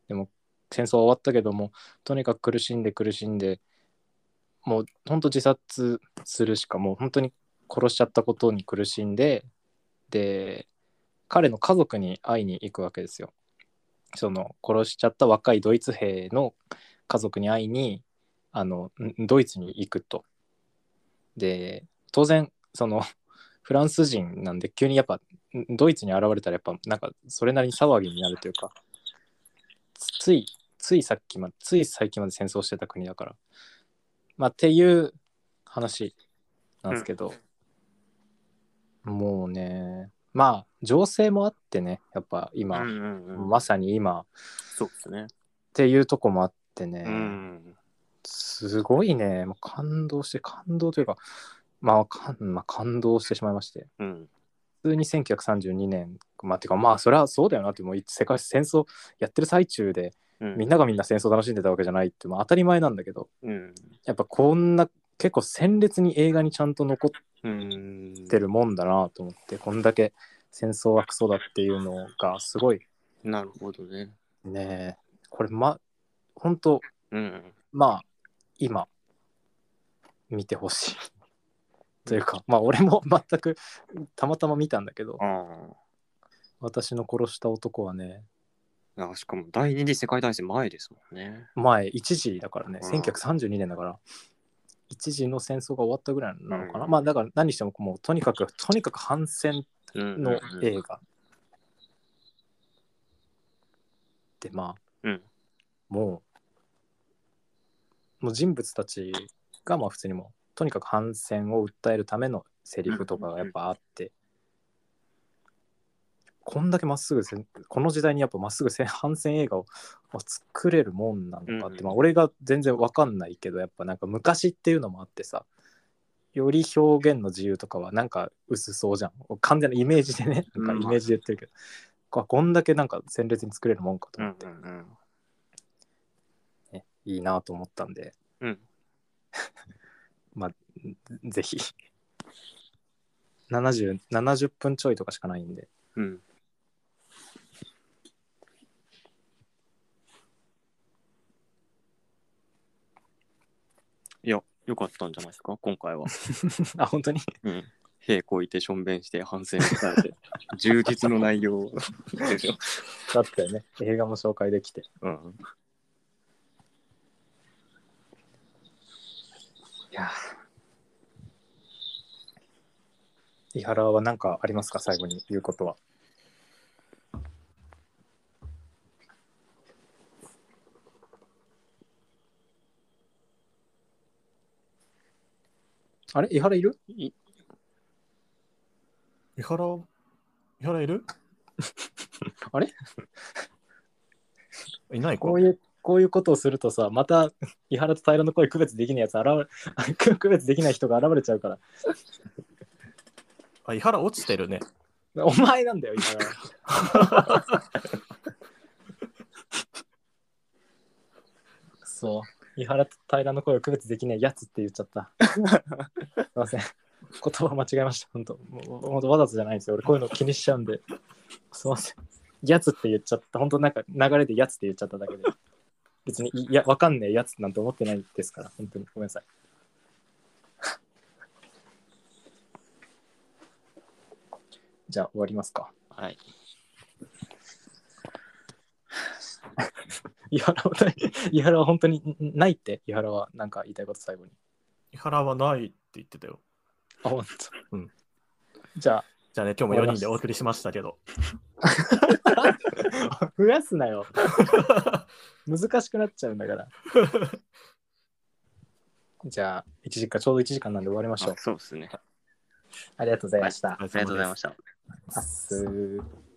[SPEAKER 3] でも戦争は終わったけどもとにかく苦しんで苦しんでもう本当自殺するしかもう本当に殺しちゃったことに苦しんでで彼の家族に会いに行くわけですよその殺しちゃった若いドイツ兵の家族に会いにあのんドイツに行くとで当然その <laughs> フランス人なんで急にやっぱんドイツに現れたらやっぱなんかそれなりに騒ぎになるというかつついついさっきまでつい最近まで戦争してた国だからまあ、っていう話なんですけど、もうねまあ情勢もあってねやっぱ
[SPEAKER 2] う
[SPEAKER 3] 今、
[SPEAKER 2] んうんうん
[SPEAKER 3] まさに今っ
[SPEAKER 2] そうですね
[SPEAKER 3] ていうとこもあってね、
[SPEAKER 2] うん
[SPEAKER 3] すごいねもう感動して感動というか、まあ、かんまあ感動してしまいまして
[SPEAKER 2] うん
[SPEAKER 3] 普通に1932年まあてかまあそれはそうだよなってもうい世界戦争やってる最中で
[SPEAKER 2] うん
[SPEAKER 3] みんながみんな戦争楽しんでたわけじゃないって、まあ、当たり前なんだけど
[SPEAKER 2] うん
[SPEAKER 3] やっぱこんな結構鮮烈に映画にちゃんと残っ
[SPEAKER 2] うん
[SPEAKER 3] ってるもんだなと思ってこんだけ戦争はクソだっていうのがすごい
[SPEAKER 2] なるほどね
[SPEAKER 3] ねこれま本当
[SPEAKER 2] うん
[SPEAKER 3] まあ今見てほしいというかまあ俺も全くたまたま見たんだけど
[SPEAKER 2] あ
[SPEAKER 3] 私の殺した男はね
[SPEAKER 2] ああしかも第二次世界大戦前ですもんね
[SPEAKER 3] 前1時だからね
[SPEAKER 2] うん
[SPEAKER 3] 1932年だから1時の戦争が終わったぐらいなのかな、
[SPEAKER 2] うん
[SPEAKER 3] まあだから何してももうとにかくとにかく反戦
[SPEAKER 2] の
[SPEAKER 3] の映画。でまあ、
[SPEAKER 2] うん
[SPEAKER 3] もうもう人物たちがまあ普通にもうとにかく反戦を訴えるためのセリフとかがやっぱあって、こんだけまっすぐせんこの時代にやっぱまっすぐせん反戦映画をまあ作れるもんなのかっ
[SPEAKER 2] う
[SPEAKER 3] て、
[SPEAKER 2] んうん
[SPEAKER 3] まあ俺が全然わかんないけどやっぱなんか昔っていうのもあってさより表現の自由とかはなんか薄そうじゃん完全なイメージでね
[SPEAKER 2] うん
[SPEAKER 3] なんかイメージで言ってるけど、ここんだけなんか鮮烈に作れるもんかと
[SPEAKER 2] う
[SPEAKER 3] 思っ
[SPEAKER 2] ん
[SPEAKER 3] て
[SPEAKER 2] う、ん
[SPEAKER 3] ねいいなと思ったんで <laughs>
[SPEAKER 2] うん
[SPEAKER 3] ぜひ 70, 70分ちょいとかしかないんで <laughs>
[SPEAKER 2] うんいやよかったんじゃないですか今回
[SPEAKER 3] <laughs>
[SPEAKER 2] は
[SPEAKER 3] あ本当に
[SPEAKER 2] うん。屁こいてしょんべんして反省されて <laughs> 充実の内容
[SPEAKER 3] <laughs>
[SPEAKER 2] でしょ。
[SPEAKER 3] だったよね映画も紹介できて
[SPEAKER 2] うん。
[SPEAKER 3] いやー井原は何かありますか最後に言うことはあれ井原いる
[SPEAKER 1] 伊原、伊原いる
[SPEAKER 3] <laughs> あれ
[SPEAKER 1] <laughs> いないか
[SPEAKER 3] こういうこういうことをするとさまた <laughs> 井原と平の声区別できないやつ現れ <laughs> 区別できない人が現れちゃうから
[SPEAKER 1] あ、伊原落ちてるね。
[SPEAKER 3] お前なんだよ、今が。そう。井原と平の声を区別できないやつって言っちゃった。すいません。言葉間違えました、本当もう本当わざとじゃないんですよ。俺、こういうの気にしちゃうんで。すいません。やつって言っちゃった。本当なんか流れでやつって言っちゃっただけで。別に、いいや、わかんねえやつなんて思ってないですから、本当に。ごめんなさい。じゃあ、終わりますか。
[SPEAKER 2] はい。
[SPEAKER 3] 伊原はない、伊原は本当にんんないって、伊原はなんか言いたいこと最後に。
[SPEAKER 1] 伊原はないって言ってたよ。
[SPEAKER 3] あ、本当。
[SPEAKER 1] うん。
[SPEAKER 3] じゃあ、
[SPEAKER 1] じゃあね、今日も4人でお送りしましたけど。
[SPEAKER 3] 増やす
[SPEAKER 2] <laughs>
[SPEAKER 3] なよ。難しくなっちゃうんだから。じゃあ、1時間、ちょうど1時間なんで終わりましょう
[SPEAKER 2] あ。そうですね。あ
[SPEAKER 3] ありがとうございました。
[SPEAKER 1] あり
[SPEAKER 2] りがとうございま
[SPEAKER 1] し
[SPEAKER 2] した。
[SPEAKER 3] あっすー